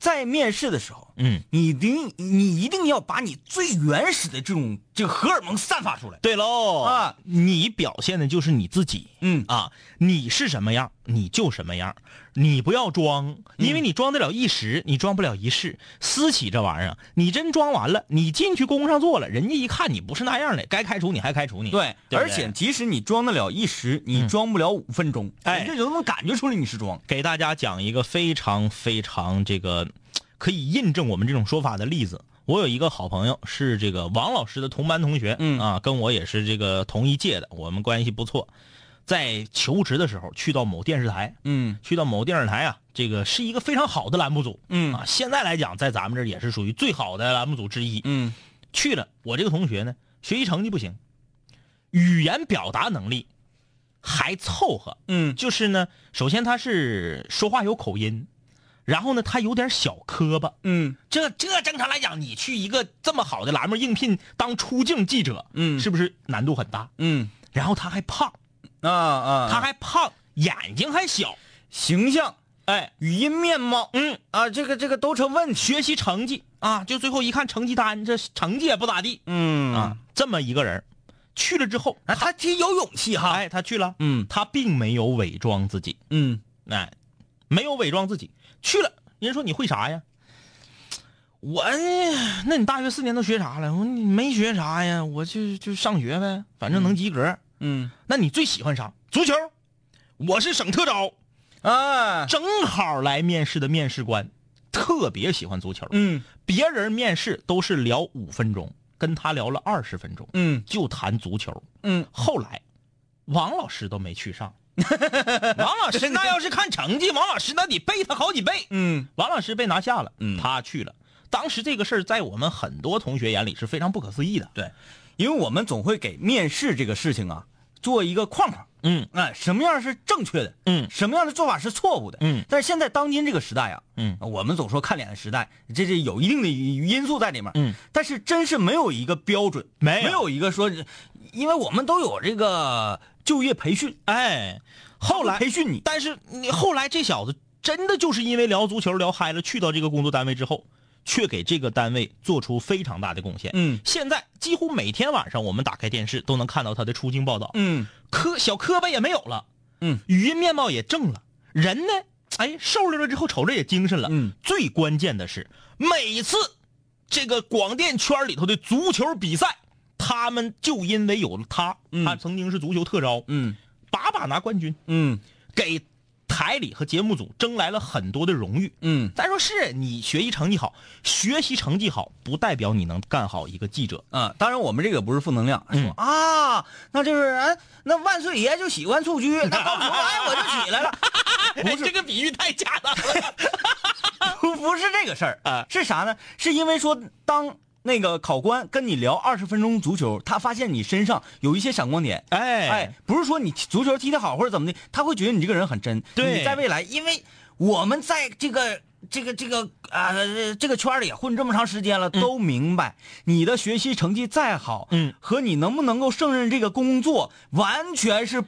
[SPEAKER 1] 在面试的时候，
[SPEAKER 7] 嗯，
[SPEAKER 1] 你一定你一定要把你最原始的这种这个荷尔蒙散发出来，
[SPEAKER 7] 对喽
[SPEAKER 1] 啊，
[SPEAKER 7] 你表现的就是你自己。
[SPEAKER 1] 嗯
[SPEAKER 7] 啊，你是什么样，你就什么样，你不要装，因
[SPEAKER 1] 嗯
[SPEAKER 7] 为你装得了一时，你装不了一世。私企这玩意儿，啊你真装完了，你进去工上做了，人家一看你不是那样的，该开除你还开除你。
[SPEAKER 1] 对，
[SPEAKER 7] 对不
[SPEAKER 1] 而
[SPEAKER 7] 对
[SPEAKER 1] 且即使你装得了一时，你装不了五分钟，
[SPEAKER 7] 哎
[SPEAKER 1] 人家就能感觉出来你是装。
[SPEAKER 7] 给大家讲一个非常非常这个可以印证我们这种说法的例子。我有一个好朋友是这个王老师的同班同学，
[SPEAKER 1] 嗯
[SPEAKER 7] 啊，跟我也是这个同一届的，我们关系不错。在求职的时候，去到某电视台，
[SPEAKER 1] 嗯
[SPEAKER 7] 去到某电视台啊，这个是一个非常好的栏目组，
[SPEAKER 1] 嗯
[SPEAKER 7] 啊，现在来讲，在咱们这儿也是属于最好的栏目组之一。
[SPEAKER 1] 嗯
[SPEAKER 7] 去了，我这个同学呢，学习成绩不行，语言表达能力还凑合，
[SPEAKER 1] 嗯
[SPEAKER 7] 就是呢，首先他是说话有口音，然后呢，他有点小磕巴。
[SPEAKER 1] 嗯
[SPEAKER 7] 这这正常来讲，你去一个这么好的栏目应聘当出镜记者，
[SPEAKER 1] 嗯
[SPEAKER 7] 是不是难度很大？
[SPEAKER 1] 嗯
[SPEAKER 7] 然后他还胖，
[SPEAKER 1] 啊啊，
[SPEAKER 7] 他还胖，眼睛还小，
[SPEAKER 1] 形象、
[SPEAKER 7] 哎，
[SPEAKER 1] 语音、面貌
[SPEAKER 7] 嗯，
[SPEAKER 1] 啊，这个这个都成问题。
[SPEAKER 7] 学习成绩啊，就最后一看成绩单，这成绩也不咋地
[SPEAKER 1] 嗯
[SPEAKER 7] 啊，，这么一个人儿去了之后，
[SPEAKER 1] 啊，他挺有勇气哈。
[SPEAKER 7] 哎，他去了，
[SPEAKER 1] 嗯
[SPEAKER 7] 他并没有伪装自己，
[SPEAKER 1] 嗯
[SPEAKER 7] 哎，没有伪装自己，去了，人家说你会啥呀？我，哎那你大学四年都学啥了？我说你没学啥呀，我就就上学呗，反正能及格。
[SPEAKER 1] 嗯
[SPEAKER 7] 那你最喜欢啥？足球，我是省特招。
[SPEAKER 1] 啊，
[SPEAKER 7] 正好来面试的面试官特别喜欢足球，
[SPEAKER 1] 嗯
[SPEAKER 7] 别人面试都是聊五分钟，跟他聊了二十分钟，
[SPEAKER 1] 嗯
[SPEAKER 7] 就谈足球。
[SPEAKER 1] 嗯，
[SPEAKER 7] 后来王老师都没去上，王老师那要是看成绩，王老师那得背他好几倍。
[SPEAKER 1] 嗯
[SPEAKER 7] 王老师被拿下了，
[SPEAKER 1] 嗯
[SPEAKER 7] 他去了。当时这个事儿在我们很多同学眼里是非常不可思议的。
[SPEAKER 1] 对，因为我们总会给面试这个事情啊做一个框框。
[SPEAKER 7] 嗯
[SPEAKER 1] 哎，什么样是正确的？
[SPEAKER 7] 嗯
[SPEAKER 1] 什么样的做法是错误的？
[SPEAKER 7] 嗯
[SPEAKER 1] 但是现在当今这个时代啊，
[SPEAKER 7] 嗯
[SPEAKER 1] 我们总说看脸的时代，这这有一定的因素在里面。
[SPEAKER 7] 嗯，
[SPEAKER 1] 但是真是没有一个标准，
[SPEAKER 7] 没有
[SPEAKER 1] 没有一个说，因为我们都有这个就业培训，
[SPEAKER 7] 哎，后来
[SPEAKER 1] 培训你，
[SPEAKER 7] 但是你后来这小子真的就是因为聊足球聊嗨了，去到这个工作单位之后，却给这个单位做出非常大的贡献。
[SPEAKER 1] 嗯
[SPEAKER 7] 现在几乎每天晚上我们打开电视都能看到他的出镜报道。
[SPEAKER 1] 嗯
[SPEAKER 7] 磕小磕巴也没有了，
[SPEAKER 1] 嗯，
[SPEAKER 7] 语音面貌也正了，人呢，哎，瘦溜了之后瞅着也精神了。
[SPEAKER 1] 嗯，
[SPEAKER 7] 最关键的是，每次这个广电圈里头的足球比赛，他们就因为有了他，
[SPEAKER 1] 嗯
[SPEAKER 7] 他曾经是足球特招，
[SPEAKER 1] 嗯
[SPEAKER 7] 把把拿冠军，
[SPEAKER 1] 嗯
[SPEAKER 7] 给台里和节目组争来了很多的荣誉。
[SPEAKER 1] 嗯
[SPEAKER 7] 咱说是你学习成绩好，学习成绩好不代表你能干好一个记者。
[SPEAKER 1] 啊，当然我们这个不是负能量，
[SPEAKER 7] 嗯
[SPEAKER 1] 说啊，那就是哎，那万岁爷就喜欢蹴鞠，那高俅哎我就起来 了，
[SPEAKER 7] 哎，这个比喻太假了。
[SPEAKER 1] 不不是这个事儿
[SPEAKER 7] 啊
[SPEAKER 1] 是啥呢？是因为说当那个考官跟你聊二十分钟足球，他发现你身上有一些闪光点，
[SPEAKER 7] 哎
[SPEAKER 1] 哎，不是说你足球踢得好或者怎么的，他会觉得你这个人很真。
[SPEAKER 7] 对
[SPEAKER 1] 你在未来，因为我们在这个这个这个啊、呃、这个圈儿里混这么长时间了，都明白你的学习成绩再好，
[SPEAKER 7] 嗯，
[SPEAKER 1] 和你能不能够胜任这个工作完全是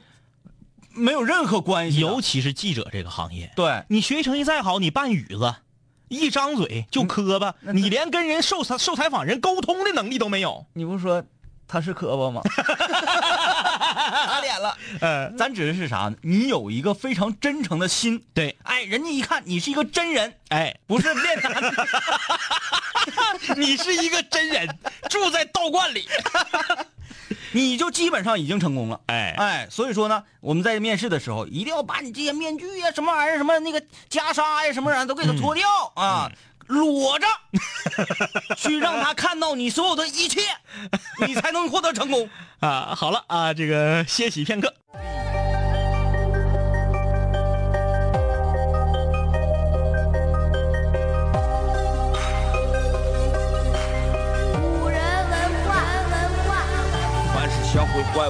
[SPEAKER 1] 没有任何关系的。
[SPEAKER 7] 尤其是记者这个行业，
[SPEAKER 1] 对，
[SPEAKER 7] 你学习成绩再好，你拌语子，一张嘴就磕巴，你连跟人受采受采访人沟通的能力都没有。
[SPEAKER 1] 你不是说他是磕巴 吗？打脸了。
[SPEAKER 7] 呃，
[SPEAKER 1] 咱指的是啥呢？你有一个非常真诚的心，
[SPEAKER 7] 对，
[SPEAKER 1] 哎，人家一看你是一个真人，
[SPEAKER 7] 哎，
[SPEAKER 1] 不是练的。
[SPEAKER 7] 你是一个真人，住在道观里。
[SPEAKER 1] 你就基本上已经成功了。
[SPEAKER 7] 哎
[SPEAKER 1] 哎，所以说呢，我们在面试的时候一定要把你这些面具呀、什么玩意儿、什么那个袈裟呀、什么玩意儿都给它脱掉、啊，裸着，去让他看到你所有的一切，你才能获得成功。
[SPEAKER 7] 啊，好了啊，这个歇息片刻。
[SPEAKER 8] 古人文化，文化。
[SPEAKER 9] 凡是想毁坏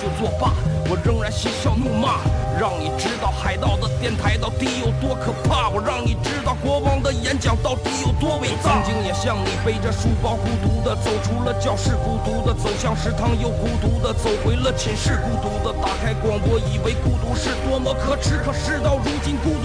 [SPEAKER 9] 就作罢。我仍然嬉笑怒骂，让你知道海盗的电台到底有多可怕。我让你知道国王的演讲到底有多伟大。曾经也像你背着书包孤独的走出了教室，孤独的走向食堂，又孤独的走回了寝室，孤独的打开广播，以为孤独是多么可耻。可事到如今，孤独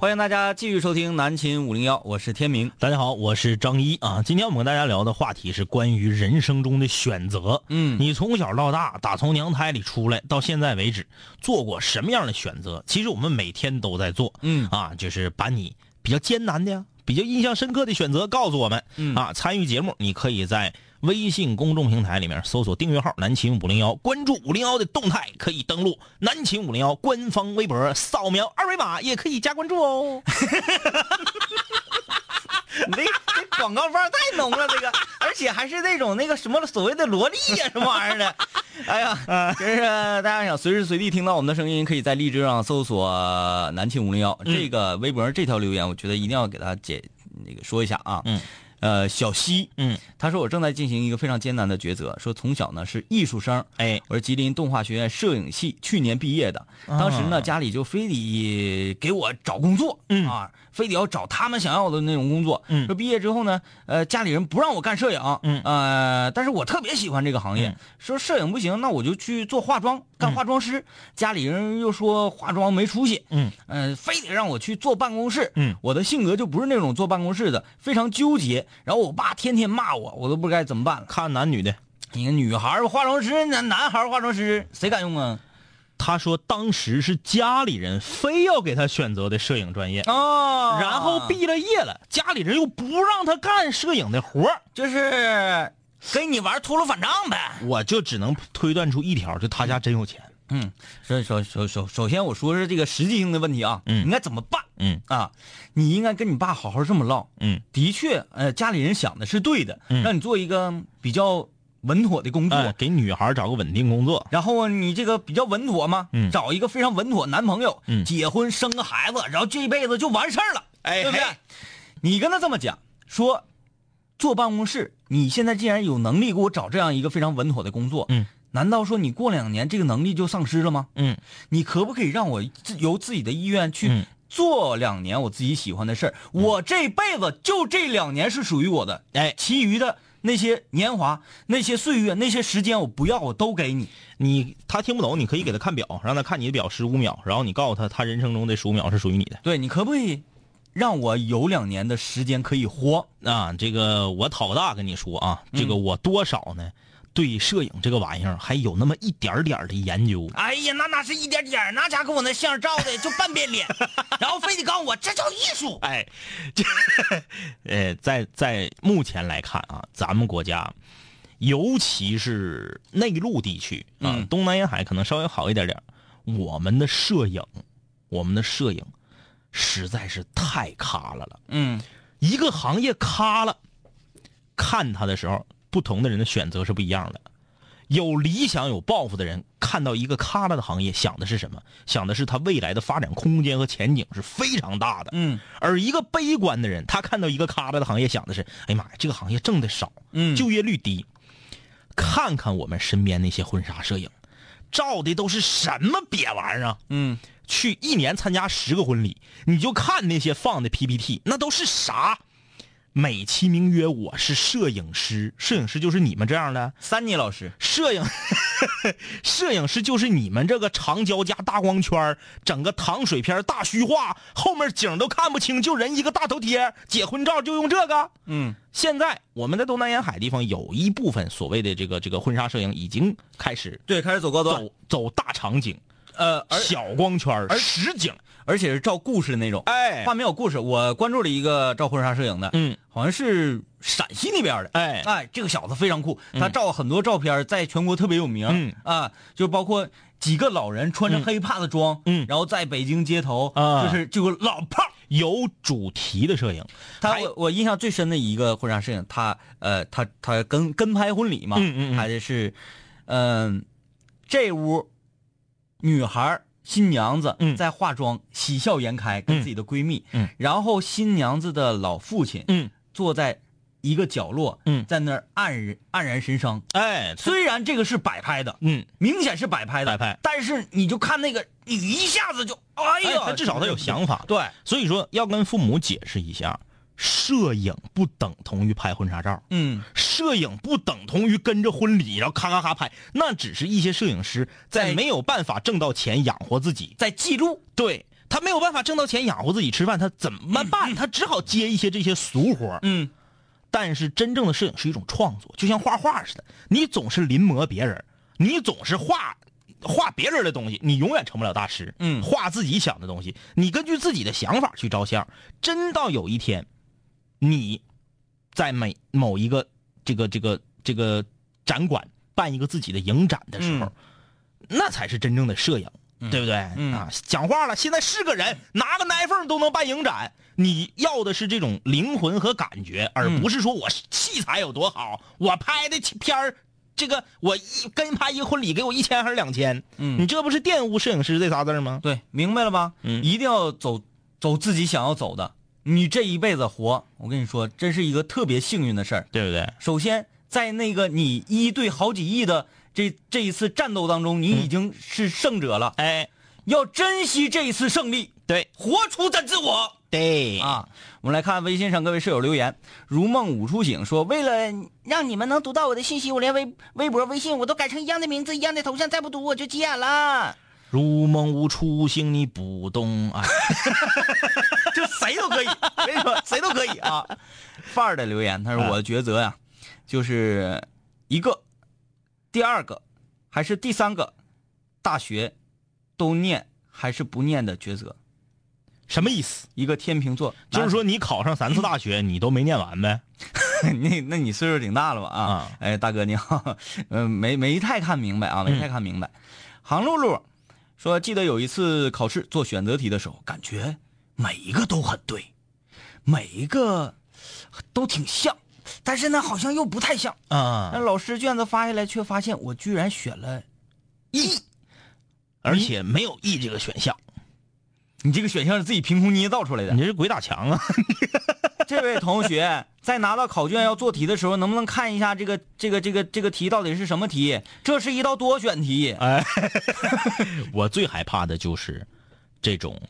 [SPEAKER 1] 欢迎大家继续收听南秦五零幺，我是天明。
[SPEAKER 7] 大家好，我是张一啊。今天我们跟大家聊的话题是关于人生中的选择。
[SPEAKER 1] 嗯
[SPEAKER 7] 你从小到大，打从娘胎里出来到现在为止，做过什么样的选择？其实我们每天都在做。
[SPEAKER 1] 嗯
[SPEAKER 7] 啊，就是把你比较艰难的呀、比较印象深刻的选择告诉我们。
[SPEAKER 1] 嗯
[SPEAKER 7] 啊，参与节目，你可以在微信公众平台里面搜索订阅号“南秦五零幺”，关注五零幺的动态，可以登录“南秦五零幺”官方微博，扫描二维码也可以加关 注哦。
[SPEAKER 1] 你这这广告范儿太浓了，这个，而且还是那种那个什么所谓的萝莉呀、什么玩意儿的。哎
[SPEAKER 7] 嗯
[SPEAKER 1] 呀，真是大家想随时随地听到我们的声音，可以在荔枝上搜索“南庆五零
[SPEAKER 7] 嗯
[SPEAKER 1] 幺”这个微博上这条留言，我觉得一定要给他解那个说一下啊。
[SPEAKER 7] 嗯。
[SPEAKER 1] 呃，小西，
[SPEAKER 7] 嗯，
[SPEAKER 1] 他说我正在进行一个非常艰难的抉择，说从小呢是艺术生，
[SPEAKER 7] 哎，
[SPEAKER 1] 我是吉林动画学院摄影系去年毕业的，
[SPEAKER 7] 哦
[SPEAKER 1] 当时呢家里就非得给我找工作，
[SPEAKER 7] 嗯
[SPEAKER 1] 啊，非得要找他们想要的那种工作，
[SPEAKER 7] 嗯
[SPEAKER 1] 说毕业之后呢，呃，家里人不让我干摄影，
[SPEAKER 7] 嗯
[SPEAKER 1] 呃，但是我特别喜欢这个行业，说摄影不行，那我就去做化妆，干化妆师，家里人又说化妆没出息，
[SPEAKER 7] 嗯，
[SPEAKER 1] 呃，非得让我去坐办公室，
[SPEAKER 7] 嗯，
[SPEAKER 1] 我的性格就不是那种坐办公室的，非常纠结，然后我爸天天骂我，我都不知该怎么办了。
[SPEAKER 7] 看男女的，
[SPEAKER 1] 你看女孩儿化妆师，男男孩儿化妆师谁敢用啊？
[SPEAKER 7] 他说当时是家里人非要给他选择的摄影专业，
[SPEAKER 1] 哦
[SPEAKER 7] 然后毕了业了，家里人又不让他干摄影的活儿
[SPEAKER 1] 就是给你玩秃噜反账呗。
[SPEAKER 7] 我就只能推断出一条，就他家真有钱。
[SPEAKER 1] 嗯，首首首首首先我说是这个实际性的问题啊，
[SPEAKER 7] 嗯
[SPEAKER 1] 应该怎么办？
[SPEAKER 7] 嗯
[SPEAKER 1] 啊，你应该跟你爸好好这么唠。
[SPEAKER 7] 嗯，
[SPEAKER 1] 的确，呃，家里人想的是对的，
[SPEAKER 7] 嗯
[SPEAKER 1] 让你做一个比较稳妥的工作。
[SPEAKER 7] 哎，给女孩找个稳定工作，
[SPEAKER 1] 然后啊，你这个比较稳妥嘛，
[SPEAKER 7] 嗯
[SPEAKER 1] 找一个非常稳妥的男朋友，
[SPEAKER 7] 嗯
[SPEAKER 1] 结婚生个孩子，然后这一辈子就完事儿了，
[SPEAKER 7] 哎
[SPEAKER 1] 对不对
[SPEAKER 7] 嘿？
[SPEAKER 1] 你跟他这么讲，说坐办公室，你现在既然有能力给我找这样一个非常稳妥的工作，
[SPEAKER 7] 嗯，
[SPEAKER 1] 难道说你过两年这个能力就丧失了吗？
[SPEAKER 7] 嗯，
[SPEAKER 1] 你可不可以让我自由自己的意愿去、
[SPEAKER 7] 嗯
[SPEAKER 1] 做两年我自己喜欢的事儿？我这辈子就这两年是属于我的，
[SPEAKER 7] 哎
[SPEAKER 1] 其余的那些年华、那些岁月、那些时间，我不要，我都给你。
[SPEAKER 7] 你他听不懂，你可以给他看表，让他看你的表十五秒，然后你告诉他，他人生中这十五秒是属于你的。
[SPEAKER 1] 对你可不可以让我有两年的时间可以活？
[SPEAKER 7] 啊，这个我讨大跟你说啊，这个我多少呢，对摄影这个玩意儿还有那么一点儿点儿的研究。
[SPEAKER 1] 哎呀，那哪是一点点儿，那家给我那相照的就半边 脸，然后非得告诉我这叫艺术。
[SPEAKER 7] 哎，这呃，在在目前来看啊，咱们国家，尤其是内陆地区啊，
[SPEAKER 1] 嗯
[SPEAKER 7] 东南沿海可能稍微好一点点儿，我们的摄影，我们的摄影实在是太卡了了。
[SPEAKER 1] 嗯，
[SPEAKER 7] 一个行业咖了，看他的时候，不同的人的选择是不一样的。有理想、有抱负的人，看到一个咖了的行业，想的是什么？想的是他未来的发展空间和前景是非常大的。
[SPEAKER 1] 嗯，
[SPEAKER 7] 而一个悲观的人，他看到一个咖了的行业，想的是：哎呀妈呀，这个行业挣的少，
[SPEAKER 1] 嗯
[SPEAKER 7] 就业率低。看看我们身边那些婚纱摄影，照的都是什么瘪玩意儿啊？
[SPEAKER 1] 嗯，
[SPEAKER 7] 去一年参加十个婚礼，你就看那些放的 PPT，那都是啥？美其名曰我是摄影师，摄影师就是你们这样的
[SPEAKER 1] 三妮老师，
[SPEAKER 7] 摄影， 摄影师就是你们这个长焦加大光圈儿，整个糖水片儿大虚化，后面景儿都看不清，就人一个大头贴，结婚照就用这个。
[SPEAKER 1] 嗯，
[SPEAKER 7] 现在我们在东南沿海地方有一部分所谓的这个这个婚纱摄影已经开始
[SPEAKER 1] 对，开始走高端，
[SPEAKER 7] 走走大场景、
[SPEAKER 1] 呃，而
[SPEAKER 7] 小光圈儿、
[SPEAKER 1] 而
[SPEAKER 7] 实景。
[SPEAKER 1] 而且是照故事的那种，
[SPEAKER 7] 哎
[SPEAKER 1] 画面有故事。我关注了一个照婚纱摄影的，
[SPEAKER 7] 嗯，
[SPEAKER 1] 好像是陕西那边的，
[SPEAKER 7] 哎
[SPEAKER 1] 哎，嗯这个小子非常酷，他照很多照片，在全国特别有名，
[SPEAKER 7] 嗯
[SPEAKER 1] 啊，就包括几个老人穿着黑怕的装，
[SPEAKER 7] 嗯
[SPEAKER 1] 然后在北京街头，
[SPEAKER 7] 啊
[SPEAKER 1] 就是就有老炮儿。
[SPEAKER 7] 有主题的摄影，
[SPEAKER 1] 他
[SPEAKER 7] 还
[SPEAKER 1] 我我印象最深的一个婚纱摄影，他呃他他跟跟拍婚礼嘛，
[SPEAKER 7] 嗯嗯嗯
[SPEAKER 1] 拍的是，嗯、这屋女孩儿新娘子
[SPEAKER 7] 嗯
[SPEAKER 1] 在化妆，喜笑颜开，跟自己的闺蜜，
[SPEAKER 7] 嗯
[SPEAKER 1] 然后新娘子的老父亲，
[SPEAKER 7] 嗯，
[SPEAKER 1] 坐在一个角落，
[SPEAKER 7] 嗯
[SPEAKER 1] 在那儿黯然黯然神 伤。
[SPEAKER 7] 哎，
[SPEAKER 1] 虽然这个是摆拍的，
[SPEAKER 7] 嗯，
[SPEAKER 1] 明显是摆拍的，
[SPEAKER 7] 摆拍
[SPEAKER 1] 但是你就看那个，你一下子就，哎
[SPEAKER 7] 哎
[SPEAKER 1] 呀，
[SPEAKER 7] 他至少他有想法，
[SPEAKER 1] 对，
[SPEAKER 7] 所以说要跟父母解释一下，摄影不等同于拍婚纱照，
[SPEAKER 1] 嗯，
[SPEAKER 7] 摄影不等同于跟着婚礼然后咔咔咔拍，那只是一些摄影师在
[SPEAKER 1] 在
[SPEAKER 7] 没有办法挣到钱养活自己，
[SPEAKER 1] 在记录，
[SPEAKER 7] 对他没有办法挣到钱养活自己吃饭，他怎么 办？他只好接一些这些俗活儿，
[SPEAKER 1] 嗯。
[SPEAKER 7] 但是真正的摄影是一种创作，就像画画似的，你总是临摹别人，你总是画画别人的东西，你永远成不了大师。
[SPEAKER 1] 嗯
[SPEAKER 7] 画自己想的东西，你根据自己的想法去照相。真到有一天，你在每某一个这个这个这个展馆办一个自己的影展的时候，那才是真正的摄影，对不对？
[SPEAKER 1] 嗯
[SPEAKER 7] 啊，讲话了，现在是个人，拿个 iPhone 都能办影展。你要的是这种灵魂和感觉，而不是说我器材有多好，我拍的片儿，这个我一跟拍一个婚礼给我一千还是两千，
[SPEAKER 1] 嗯
[SPEAKER 7] 你这不是玷污摄影师这仨字儿吗？
[SPEAKER 1] 对，明白了吧？
[SPEAKER 7] 嗯
[SPEAKER 1] 一定要走走自己想要走的。你这一辈子活，我跟你说，真是一个特别幸运的事儿。
[SPEAKER 7] 对不对？
[SPEAKER 1] 首先，在那个你一对好几亿的这这一次战斗当中，你已经是胜者了，
[SPEAKER 7] 嗯哎，
[SPEAKER 1] 要珍惜这一次胜利，
[SPEAKER 7] 对哎
[SPEAKER 1] 活出的自我。
[SPEAKER 7] 对，
[SPEAKER 1] 啊，我们来看微信上各位室友留言。如梦午初醒说：“为了让你们能读到我的信息，我连微微博、微信我都改成一样的名字、一样的头像，再不读我就急眼了。
[SPEAKER 7] 如梦无初醒，你不懂啊。”
[SPEAKER 1] 就谁都可以，我跟你说，谁都可以啊。范儿的留言，他说：“我的抉
[SPEAKER 7] 嗯
[SPEAKER 1] 择呀、就是一个、第二个还是第三个，大学都念还是不念的抉择。
[SPEAKER 7] 什么意思？
[SPEAKER 1] 一个天秤座，
[SPEAKER 7] 就是说你考上三次大学，你都没念完呗？
[SPEAKER 1] 那 那你岁数挺大了吧啊？
[SPEAKER 7] 啊嗯
[SPEAKER 1] 哎，大哥你好， 嗯，没没太看明白啊，没太看明白。航露露说，记得有一次考试做选择题的时候，感觉每一个都很对，每一个都挺像，但是呢，好像又不太像。
[SPEAKER 7] 啊
[SPEAKER 1] 那，老师卷子发下来，却发现我居然选了 E。
[SPEAKER 7] 而且没有 E 这个选项，
[SPEAKER 1] 你这个选项是自己凭空捏造出来的
[SPEAKER 7] 你。这是鬼打墙啊！
[SPEAKER 1] 这位同学在拿到考卷要做题的时候，能不能看一下这个这个这个这个题到底是什么题？这是一道多选题。
[SPEAKER 7] 我最害怕的就是这种，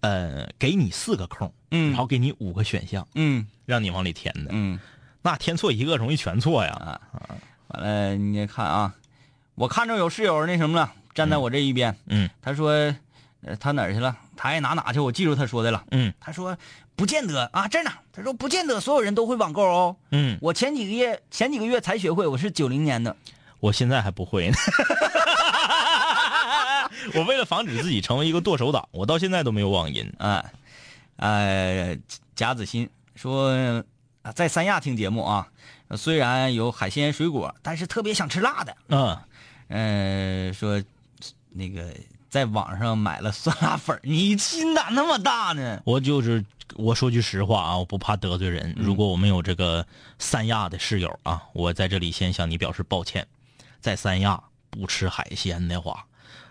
[SPEAKER 7] 呃，给你四个空，
[SPEAKER 1] 嗯
[SPEAKER 7] 然后给你五个选项，
[SPEAKER 1] 嗯
[SPEAKER 7] 让你往里填的。
[SPEAKER 1] 嗯，啊
[SPEAKER 7] 那天错一个容易全错呀。
[SPEAKER 1] 完了，你看啊，我看着有室友那什么了，站在我这一边，
[SPEAKER 7] 嗯
[SPEAKER 1] 他说、呃他哪儿去了？他爱哪哪去？我记住他说的了。
[SPEAKER 7] 嗯
[SPEAKER 1] 他说不见得啊，这儿呢。他说不见得所有人都会网购哦。
[SPEAKER 7] 嗯，
[SPEAKER 1] 我前几个月前几个月才学会，我是九零年的。
[SPEAKER 7] 我现在还不会呢。 我为了防止自己成为一个剁手党，我到现在都没有网银。
[SPEAKER 1] 啊，呃，贾子欣说啊，在三亚听节目啊，虽然有海鲜水果，但是特别想吃辣的。
[SPEAKER 7] 嗯，
[SPEAKER 1] 嗯、说那个在网上买了酸辣粉儿，你心咋那么大呢？
[SPEAKER 7] 我就是我说句实话啊，我不怕得罪人。如果我们有这个三亚的室友啊，我在这里先向你表示抱歉。在三亚不吃海鲜的话，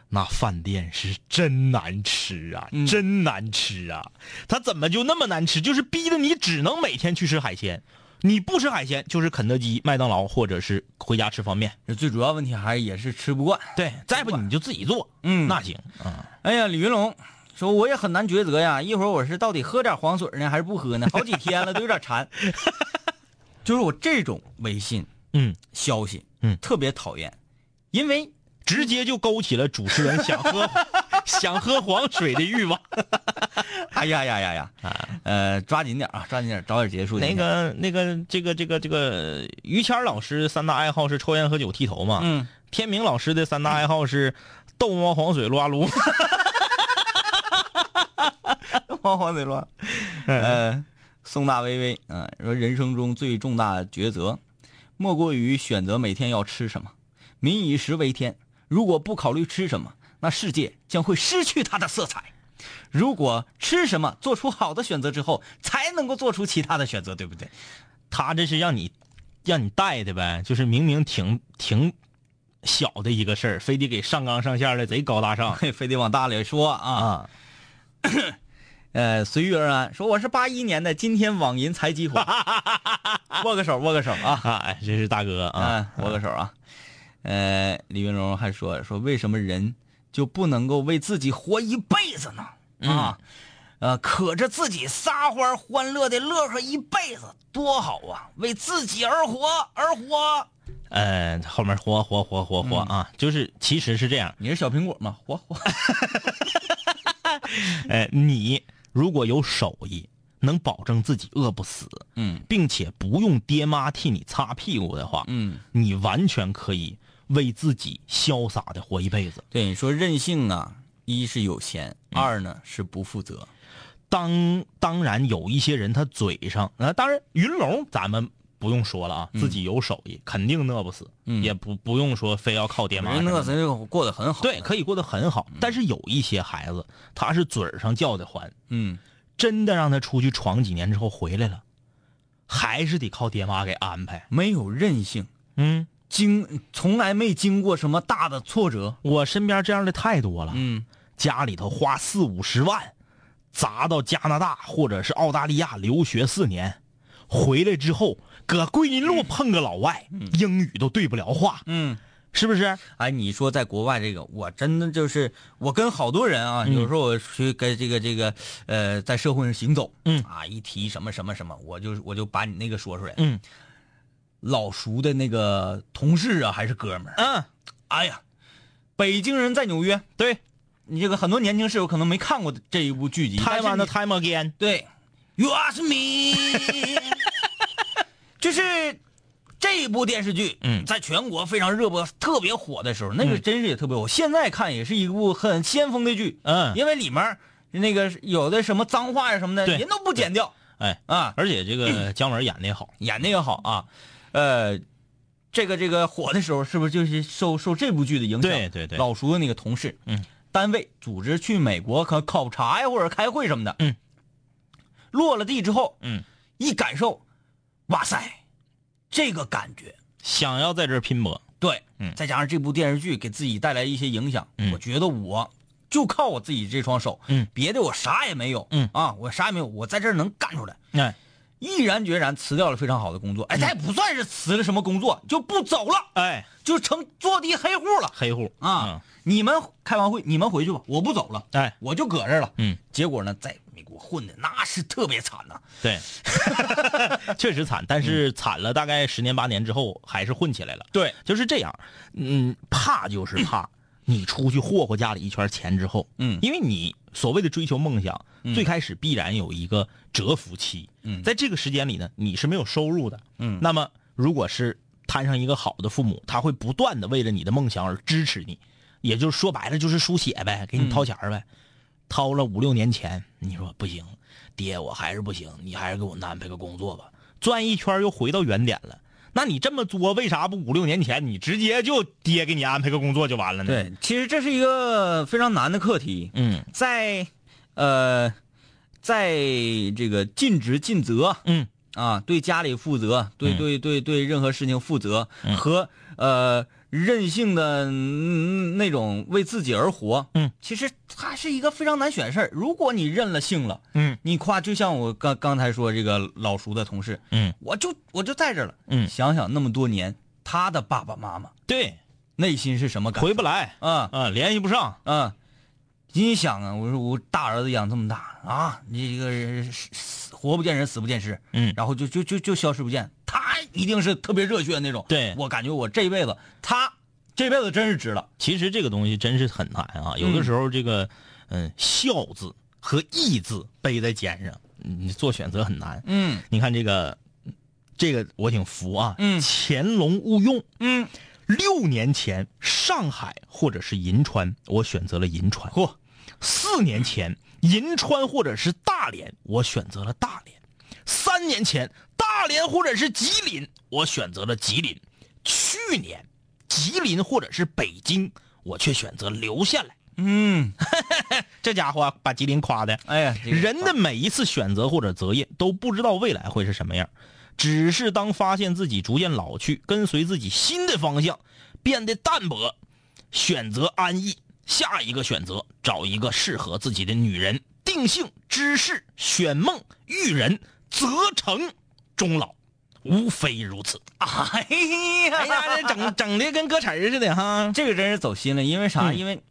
[SPEAKER 7] 那饭店是真难吃啊，真难吃啊！它怎么就那么难吃？就是逼得你只能每天去吃海鲜。你不吃海鲜，就是肯德基、麦当劳，或者是回家吃方便。
[SPEAKER 1] 最主要问题还是也是吃不惯。
[SPEAKER 7] 对，再不你就自己做，
[SPEAKER 1] 嗯
[SPEAKER 7] 那行，嗯，
[SPEAKER 1] 哎呀，李云龙说我也很难抉择呀，一会儿我是到底喝点黄水呢，还是不喝呢？好几天了，都有点馋。 就是我这种微信
[SPEAKER 7] 嗯
[SPEAKER 1] 消息，
[SPEAKER 7] 嗯
[SPEAKER 1] 特别讨厌，因为
[SPEAKER 7] 直接就勾起了主持人想 喝想喝黄水的欲望。
[SPEAKER 1] 哎呀呀呀呀！呃，抓紧点啊，抓紧点，早点结束。
[SPEAKER 7] 那
[SPEAKER 1] 今天，
[SPEAKER 7] 个那个这个这个这个于谦儿老师三大爱好是抽烟、喝酒、剃头嘛？
[SPEAKER 1] 嗯，
[SPEAKER 7] 天明老师的三大爱好是逗猫、黄水、撸啊撸。
[SPEAKER 1] 黄黄的乱。呃，宋大微微，嗯、说人生中最重大的抉择，莫过于选择每天要吃什么。民以食为天，如果不考虑吃什么，那世界将会失去它的色彩。如果吃什么做出好的选择之后，才能够做出其他的选择，对不对？
[SPEAKER 7] 他这是让你让你带的呗，就是明明挺挺小的一个事儿，非得给上纲上线儿的贼高大上。
[SPEAKER 1] 嘿， 非得往大里说啊。
[SPEAKER 7] 啊，
[SPEAKER 1] 呃，随遇而安，说我是八一年的，今天网银才 激活，握个手，握个手啊。
[SPEAKER 7] 啊， 哎，这是大哥啊，
[SPEAKER 1] 啊，握个手啊。呃，李云龙还说说为什么人就不能够为自己活一辈子呢？啊，呃，可着自己撒欢儿欢乐的乐呵一辈子多好啊！为自己而活而活。
[SPEAKER 7] 呃，后面活活活活活啊，就是其实是这 样，
[SPEAKER 1] 你是小苹果吗？活活。
[SPEAKER 7] 哎，你如果有手艺，能保证自己饿不死，
[SPEAKER 1] 嗯
[SPEAKER 7] 并且不用爹妈替你擦屁股的话，
[SPEAKER 1] 嗯，
[SPEAKER 7] 你完全可以为自己潇洒的活一辈子。
[SPEAKER 1] 对，你说任性啊，一是有钱，二呢是不负责。
[SPEAKER 7] 当当然有一些人他嘴上，啊，当然云龙咱们不用说了啊，自己有手艺，肯定饿不死，
[SPEAKER 1] 嗯
[SPEAKER 7] 也不不用说非要靠爹妈什
[SPEAKER 1] 人
[SPEAKER 7] 么的。
[SPEAKER 1] 乐子就过得很好。
[SPEAKER 7] 对，，可以过得很好，但是有一些孩子，他是嘴儿上叫的欢，
[SPEAKER 1] 嗯，
[SPEAKER 7] 真的让他出去闯几年之后回来了，还是得靠爹妈给安排。
[SPEAKER 1] 没有任性，
[SPEAKER 7] 嗯，
[SPEAKER 1] 经从来没经过什么大的挫折。
[SPEAKER 7] 我身边这样的太多了。
[SPEAKER 1] 嗯，
[SPEAKER 7] 家里头花四五十万，砸到加拿大或者是澳大利亚留学四年，回来之后搁桂林路碰个老外，英语都对不了话，
[SPEAKER 1] 嗯，
[SPEAKER 7] 是不是？
[SPEAKER 1] 哎，你说在国外这个，我真的就是我跟好多人啊，
[SPEAKER 7] 嗯
[SPEAKER 1] 有时候我去跟这个这个呃，在社会上行走，
[SPEAKER 7] 嗯
[SPEAKER 1] 啊，一提什么什么什么，我就我就把你那个说出来，
[SPEAKER 7] 嗯，
[SPEAKER 1] 老熟的那个同事啊，还是哥们儿，
[SPEAKER 7] 嗯，
[SPEAKER 1] 哎呀，北京人在纽约，对你这个很多年轻室友可能没看过这一部剧集，
[SPEAKER 7] 台湾的
[SPEAKER 1] 但是
[SPEAKER 7] time again，
[SPEAKER 1] 你对，You ask me，就是。这一部电视剧，
[SPEAKER 7] 嗯
[SPEAKER 1] 在全国非常热播、特别火的时候，那个真是也特别火。我现在看也是一部很先锋的剧，
[SPEAKER 7] 嗯，
[SPEAKER 1] 因为里面儿那个有的什么脏话呀什么的，
[SPEAKER 7] 对
[SPEAKER 1] 人都不剪掉
[SPEAKER 7] 哎，
[SPEAKER 1] 啊，
[SPEAKER 7] 而且这个姜文演的也好，
[SPEAKER 1] 演的也好啊。呃，这个这个火的时候，是不是就是受受这部剧的影响？
[SPEAKER 7] 对对对
[SPEAKER 1] 老熟的那个同事，
[SPEAKER 7] 嗯，
[SPEAKER 1] 单位组织去美国考考察呀，或者开会什么的，
[SPEAKER 7] 嗯，
[SPEAKER 1] 落了地之后，
[SPEAKER 7] 嗯，
[SPEAKER 1] 一感受，哇塞，这个感觉。
[SPEAKER 7] 想要在这儿拼搏，
[SPEAKER 1] 对，
[SPEAKER 7] 嗯
[SPEAKER 1] 再加上这部电视剧给自己带来一些影响，
[SPEAKER 7] 嗯
[SPEAKER 1] 我觉得我就靠我自己这双手，
[SPEAKER 7] 嗯
[SPEAKER 1] 别的我啥也没有，
[SPEAKER 7] 嗯
[SPEAKER 1] 啊，我啥也没有，我在这儿能干出来，
[SPEAKER 7] 哎，嗯
[SPEAKER 1] 毅然决然辞掉了非常好的工作，哎，咱也不算是辞了什么工作，就不走了，
[SPEAKER 7] 哎，
[SPEAKER 1] 就成坐地黑户了
[SPEAKER 7] 黑户
[SPEAKER 1] 啊！你们开完会，你们回去吧，我不走了，
[SPEAKER 7] 嗯哎
[SPEAKER 1] 我就搁这儿了。
[SPEAKER 7] 嗯，
[SPEAKER 1] 结果呢，在美国混的那是特别惨呐、
[SPEAKER 7] 对，确实惨，但是惨了大概十年八年之后，还是混起来了。
[SPEAKER 1] 对，
[SPEAKER 7] 就是这样。嗯，怕就是怕你出去霍霍家里一圈钱之后，
[SPEAKER 1] 嗯
[SPEAKER 7] 因为你所谓的追求梦想，最开始必然有一个蛰伏期。嗯，在这个时间里呢，你是没有收入的。嗯，那么如果是摊上一个好的父母，他会不断的为了你的梦想而支持你，也就是说白了就是输血呗，给
[SPEAKER 1] 嗯
[SPEAKER 7] 你掏钱儿呗。掏了五六年前，你说不行，爹，我还是不行，你还是给我安排个工作吧。转一圈又回到原点了。那你这么作，为啥不五六年前你直接就爹给你安排个工作就完了呢？，
[SPEAKER 1] 对，其实这是一个非常难的课题。
[SPEAKER 7] 嗯
[SPEAKER 1] 在呃，在这个尽职尽责
[SPEAKER 7] 嗯，
[SPEAKER 1] 啊，对家里负责，对
[SPEAKER 7] 嗯
[SPEAKER 1] 对对对任何事情负责，和呃任性的、嗯那种为自己而活，
[SPEAKER 7] 嗯，
[SPEAKER 1] 其实它是一个非常难选的事儿。如果你认了性了，
[SPEAKER 7] 嗯，
[SPEAKER 1] 你夸就像我刚刚才说这个老熟的同事，
[SPEAKER 7] 嗯，
[SPEAKER 1] 我就我就在这儿了，
[SPEAKER 7] 嗯
[SPEAKER 1] 想想那么多年他的爸爸妈妈
[SPEAKER 7] 对，
[SPEAKER 1] 内心是什么感
[SPEAKER 7] 回不来
[SPEAKER 1] 啊？
[SPEAKER 7] 啊，联系不上。
[SPEAKER 1] 嗯，你想啊，我说我大儿子养这么大啊，你这个人是死活不见人，死不见尸，
[SPEAKER 7] 嗯
[SPEAKER 1] 然后就就就就消失不见。他一定是特别热血的那种，
[SPEAKER 7] 对
[SPEAKER 1] 我感觉我这一辈子，他这辈子真是值了。
[SPEAKER 7] 其实这个东西真是很难啊，有的时候这个嗯孝字和义字背在肩上，你做选择很难。
[SPEAKER 1] 嗯
[SPEAKER 7] 你看这个，这个我挺服啊。
[SPEAKER 1] 嗯
[SPEAKER 7] 乾隆勿用。
[SPEAKER 1] 嗯，
[SPEAKER 7] 六年前，上海或者是银川，我选择了银川。嚯、四年前，银川或者是大连，我选择了大连。三年前，大连或者是吉林，我选择了吉林。去年，吉林或者是北京，我却选择留下来。
[SPEAKER 1] 嗯，
[SPEAKER 7] 这家伙把吉林夸的，
[SPEAKER 1] 哎呀，这个
[SPEAKER 7] 人的每一次选择或者择业，都不知道未来会是什么样，只是当发现自己逐渐老去，跟随自己新的方向，变得淡薄，选择安逸，下一个选择找一个适合自己的女人，定性、知识、选梦、育人、择成、终老，无非如此。
[SPEAKER 1] 哎呀，
[SPEAKER 7] 哎呀，这整整的跟歌词儿似的哈。
[SPEAKER 1] 这个真是走心了，因为啥？
[SPEAKER 7] 嗯
[SPEAKER 1] 啊因为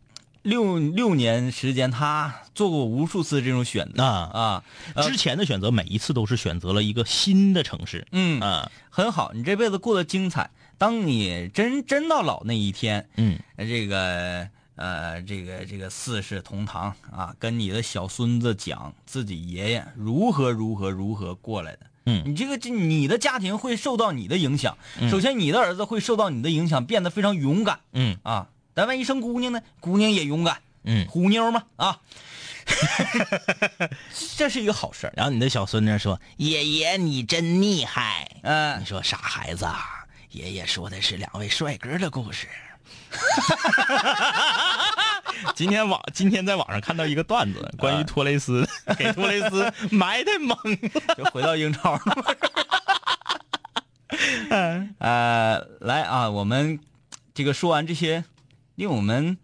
[SPEAKER 1] 六六年时间，他做过无数次这种选择
[SPEAKER 7] 啊，
[SPEAKER 1] 啊，呃
[SPEAKER 7] 之前的选择每一次都是选择了一个新的城市。
[SPEAKER 1] 嗯
[SPEAKER 7] 啊，
[SPEAKER 1] 很好，你这辈子过得精彩。当你真真到老那一天，
[SPEAKER 7] 嗯，
[SPEAKER 1] 这个呃，这个这个四世同堂啊，跟你的小孙子讲自己爷爷如何如何如何过来的。
[SPEAKER 7] 嗯
[SPEAKER 1] 你这个这你的家庭会受到你的影响，首先你的儿子会受到你的影响，变得非常勇敢
[SPEAKER 7] 嗯
[SPEAKER 1] 啊。但万一生姑娘呢？姑娘也勇敢，
[SPEAKER 7] 嗯。
[SPEAKER 1] 虎妞嘛 啊，这是一个好事儿。
[SPEAKER 7] 然后你的小孙子说：“爷爷，你真厉害。
[SPEAKER 1] 嗯、
[SPEAKER 7] 你说傻孩子啊，爷爷说的是两位帅哥的 故事。今天网今天在网上看到一个段子，关于托雷 斯给托雷 斯埋汰猛
[SPEAKER 1] 就回到英超了。 呃，来啊，我们这个说完这些令我们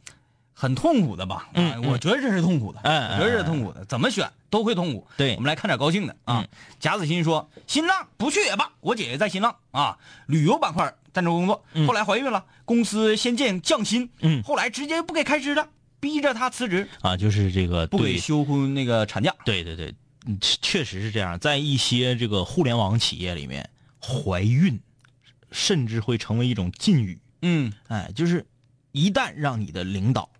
[SPEAKER 1] 很痛苦的吧？嗯，我觉得这是痛苦的，
[SPEAKER 7] 嗯
[SPEAKER 1] 我觉得这是痛苦的，怎么选都会痛苦。
[SPEAKER 7] 对
[SPEAKER 1] 我们来看点高兴的啊
[SPEAKER 7] 嗯。
[SPEAKER 1] 贾子欣说，新浪不去也罢，我姐姐在新浪啊，旅游板块赞助工作，后来怀孕了，公司先降降薪，
[SPEAKER 7] 嗯
[SPEAKER 1] 后来直接不给开支了，逼着她辞职，
[SPEAKER 7] 啊，就是这个
[SPEAKER 1] 不给
[SPEAKER 7] 对
[SPEAKER 1] 休婚那个产假。
[SPEAKER 7] 对对对，嗯确确实是这样，在一些这个互联网企业里面，怀孕甚至会成为一种禁语。
[SPEAKER 1] 嗯
[SPEAKER 7] 哎，就是一旦让你的领导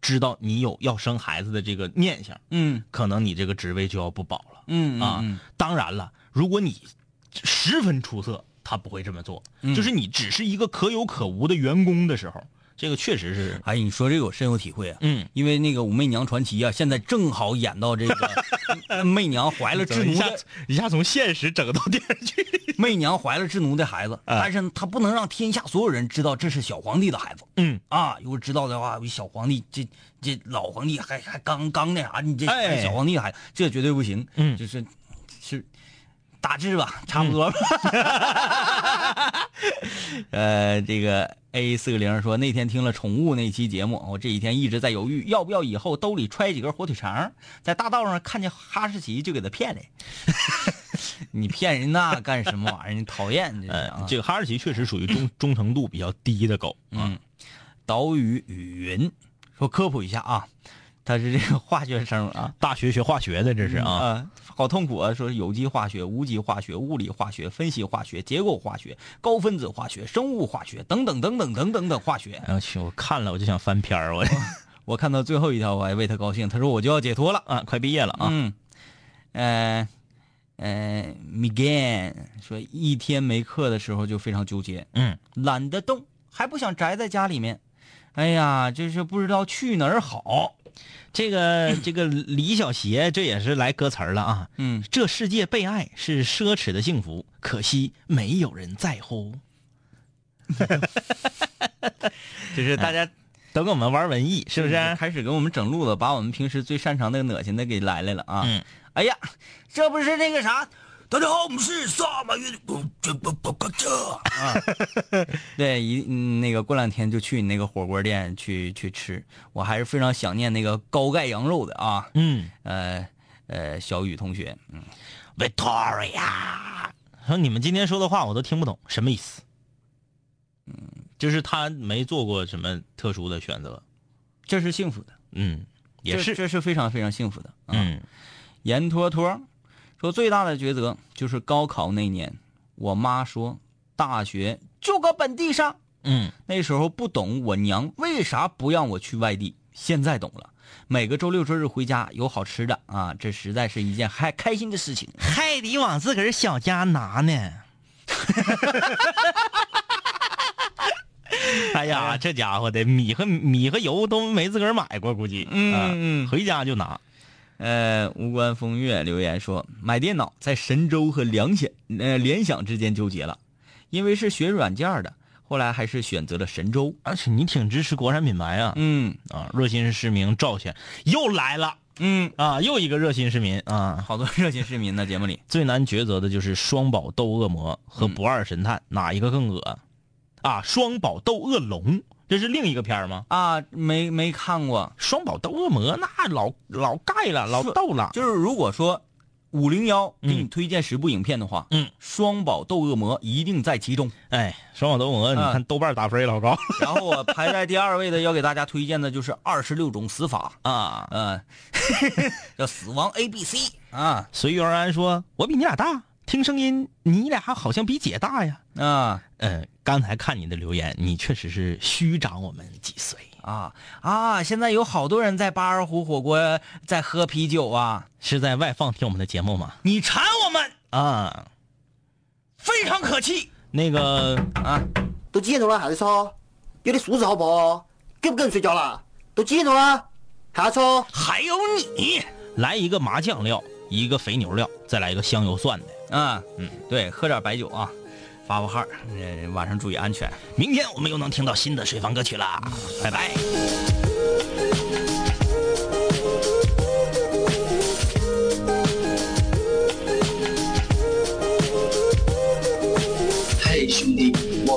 [SPEAKER 7] 知道你有要生孩子的这个念想，
[SPEAKER 1] 嗯
[SPEAKER 7] 可能你这个职位就要不保了、
[SPEAKER 1] 嗯
[SPEAKER 7] 啊。
[SPEAKER 1] 嗯
[SPEAKER 7] 当然了，如果你十分出色，他不会这么做。就是你只是一个可有可无的员工的时候，这个确实是，
[SPEAKER 1] 哎，你说这个我深有体会啊。
[SPEAKER 7] 嗯，
[SPEAKER 1] 因为那个《武媚娘传奇》啊，现在正好演到这个 媚娘怀了
[SPEAKER 7] 这
[SPEAKER 1] 智
[SPEAKER 7] 一
[SPEAKER 1] 奴
[SPEAKER 7] 下
[SPEAKER 1] 的
[SPEAKER 7] 一下从现实整到电视剧。
[SPEAKER 1] 媚娘怀了智奴的孩子，但是她不能让天下所有人知道这是小皇帝的孩子
[SPEAKER 7] 嗯，
[SPEAKER 1] 啊！如果知道的话，小皇帝这这老皇帝还还刚刚那啥，你这
[SPEAKER 7] 哎
[SPEAKER 1] 小皇帝还这绝对不行。
[SPEAKER 7] 嗯
[SPEAKER 1] 就是是大致吧，差不多吧。 呃，这个 A 四个零说那天听了宠物那期节目，我这几天一直在犹豫，要不要以后兜里揣几根火腿肠，在大道上看见哈士奇就给它骗来。 你骗人那干什么玩意儿？你讨厌你这是啊
[SPEAKER 7] 嗯，！这个哈士奇确实属于忠忠诚度比较低的狗啊。
[SPEAKER 1] 嗯，岛屿与云说科普一下啊，它是这个化学生物啊。
[SPEAKER 7] 大学学化学的这是啊，
[SPEAKER 1] 啊、好痛苦啊！说有机化学、无机化学、物理化学、分析化学、结构化学、高分子化学、生物化学等等等等等等等化学。
[SPEAKER 7] 哎呦我去，我看了我就想翻篇儿，我
[SPEAKER 1] 我看到最后一条，我还为他高兴。他说我就要解脱了
[SPEAKER 7] 啊，快毕业了啊，
[SPEAKER 1] 嗯，呃，呃，Megan 说一天没课的时候就非常纠结，
[SPEAKER 7] 嗯，
[SPEAKER 1] 懒得动，还不想宅在家里面。哎呀，就是不知道去哪儿好。
[SPEAKER 7] 这个这个李小邪这也是来歌词儿了啊，
[SPEAKER 1] 嗯，
[SPEAKER 7] 这世界被爱是奢侈的幸福，可惜没有人在乎。
[SPEAKER 1] 就是大家
[SPEAKER 7] 都跟我们玩文艺是不是？
[SPEAKER 1] 开始给我们整路子，把我们平时最擅长的恶心的给来来了啊！
[SPEAKER 7] 嗯
[SPEAKER 1] 哎呀，这不是那个啥，
[SPEAKER 4] 大家好，我们是萨满乐队，这不不不这。
[SPEAKER 1] 对，一嗯那个过两天就去你那个火锅店去去吃，我还是非常想念那个高钙羊肉的啊。
[SPEAKER 7] 嗯
[SPEAKER 1] 呃呃，小雨同学，嗯
[SPEAKER 7] ，Victoria，说你们今天说的话我都听不懂，什么意思？嗯，就是他没做过什么特殊的选择，
[SPEAKER 1] 这是幸福的，
[SPEAKER 7] 嗯，也
[SPEAKER 1] 这
[SPEAKER 7] 是，
[SPEAKER 1] 这是非常非常幸福的。啊、
[SPEAKER 7] 嗯
[SPEAKER 1] 严托托说最大的抉择就是高考那年，我妈说大学就搁本地上，
[SPEAKER 7] 嗯，
[SPEAKER 1] 那时候不懂我娘为啥不让我去外地，现在懂了。每个周六周日回家有好吃的啊，这实在是一件还开心的事情。
[SPEAKER 7] 还得往自个儿小家拿 呢。哎呀，这家伙的米和米和油都没自个儿买过，估计，
[SPEAKER 1] 嗯
[SPEAKER 7] 啊回家就拿，
[SPEAKER 1] 呃，无关风月留言说，买电脑在神州和联想呃联想之间纠结了，因为是学软件的，后来还是选择了神州。
[SPEAKER 7] 而且你挺支持国产品牌啊，
[SPEAKER 1] 嗯
[SPEAKER 7] 啊，热心市民赵先又来了
[SPEAKER 1] 嗯，
[SPEAKER 7] 啊，又一个热心市民啊，
[SPEAKER 1] 好多热心市民呢，节目里
[SPEAKER 7] 最难抉择的就是双宝斗恶魔和不二神探、哪一个更恶？啊，双宝斗恶龙，这是另一个片儿吗？
[SPEAKER 1] 啊，没没看过。
[SPEAKER 7] 双宝斗恶魔呃那老老盖了，老斗了。
[SPEAKER 1] 就是如果说五零幺给你推荐十部影片的话，
[SPEAKER 7] 嗯，
[SPEAKER 1] 双宝斗恶魔一定在其 中。
[SPEAKER 7] 哎，双宝斗恶魔，你
[SPEAKER 1] 啊
[SPEAKER 7] 看豆瓣打分也老高
[SPEAKER 1] 然后我排在第二位的要给大家推荐的就是《二十六种死法》，
[SPEAKER 7] 啊。
[SPEAKER 1] 嗯、 叫死亡 A B C 啊
[SPEAKER 7] 随遇而安说，我比你俩大，听声音你俩好像比姐大呀。
[SPEAKER 1] 啊
[SPEAKER 7] 嗯，刚才看你的留言，你确实是虚长我们几岁。
[SPEAKER 1] 啊啊！现在有好多人在八二湖火锅在喝啤酒啊，
[SPEAKER 7] 是在外放听我们的节目吗？
[SPEAKER 1] 你馋我们，
[SPEAKER 7] 啊，
[SPEAKER 1] 非常可气
[SPEAKER 7] 那个
[SPEAKER 1] 啊！
[SPEAKER 10] 都几点钟了还在吵？有点素质好不好？跟不跟人睡觉了？都几点钟了还要吵？
[SPEAKER 1] 还有你
[SPEAKER 7] 来一个麻酱料，一个肥牛料，再来一个香油蒜的。
[SPEAKER 1] 啊，
[SPEAKER 7] 嗯，
[SPEAKER 1] 对，喝点白酒啊，发发汗，呃，晚上注意安全。
[SPEAKER 7] 明天我们又能听到新的水房歌曲啦，拜拜。
[SPEAKER 11] 嘿，兄弟，我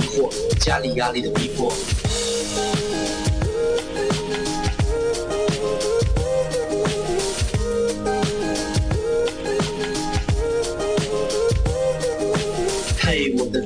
[SPEAKER 11] 惑，家里压力的逼迫。嘿，我的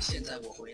[SPEAKER 11] 现在我回来。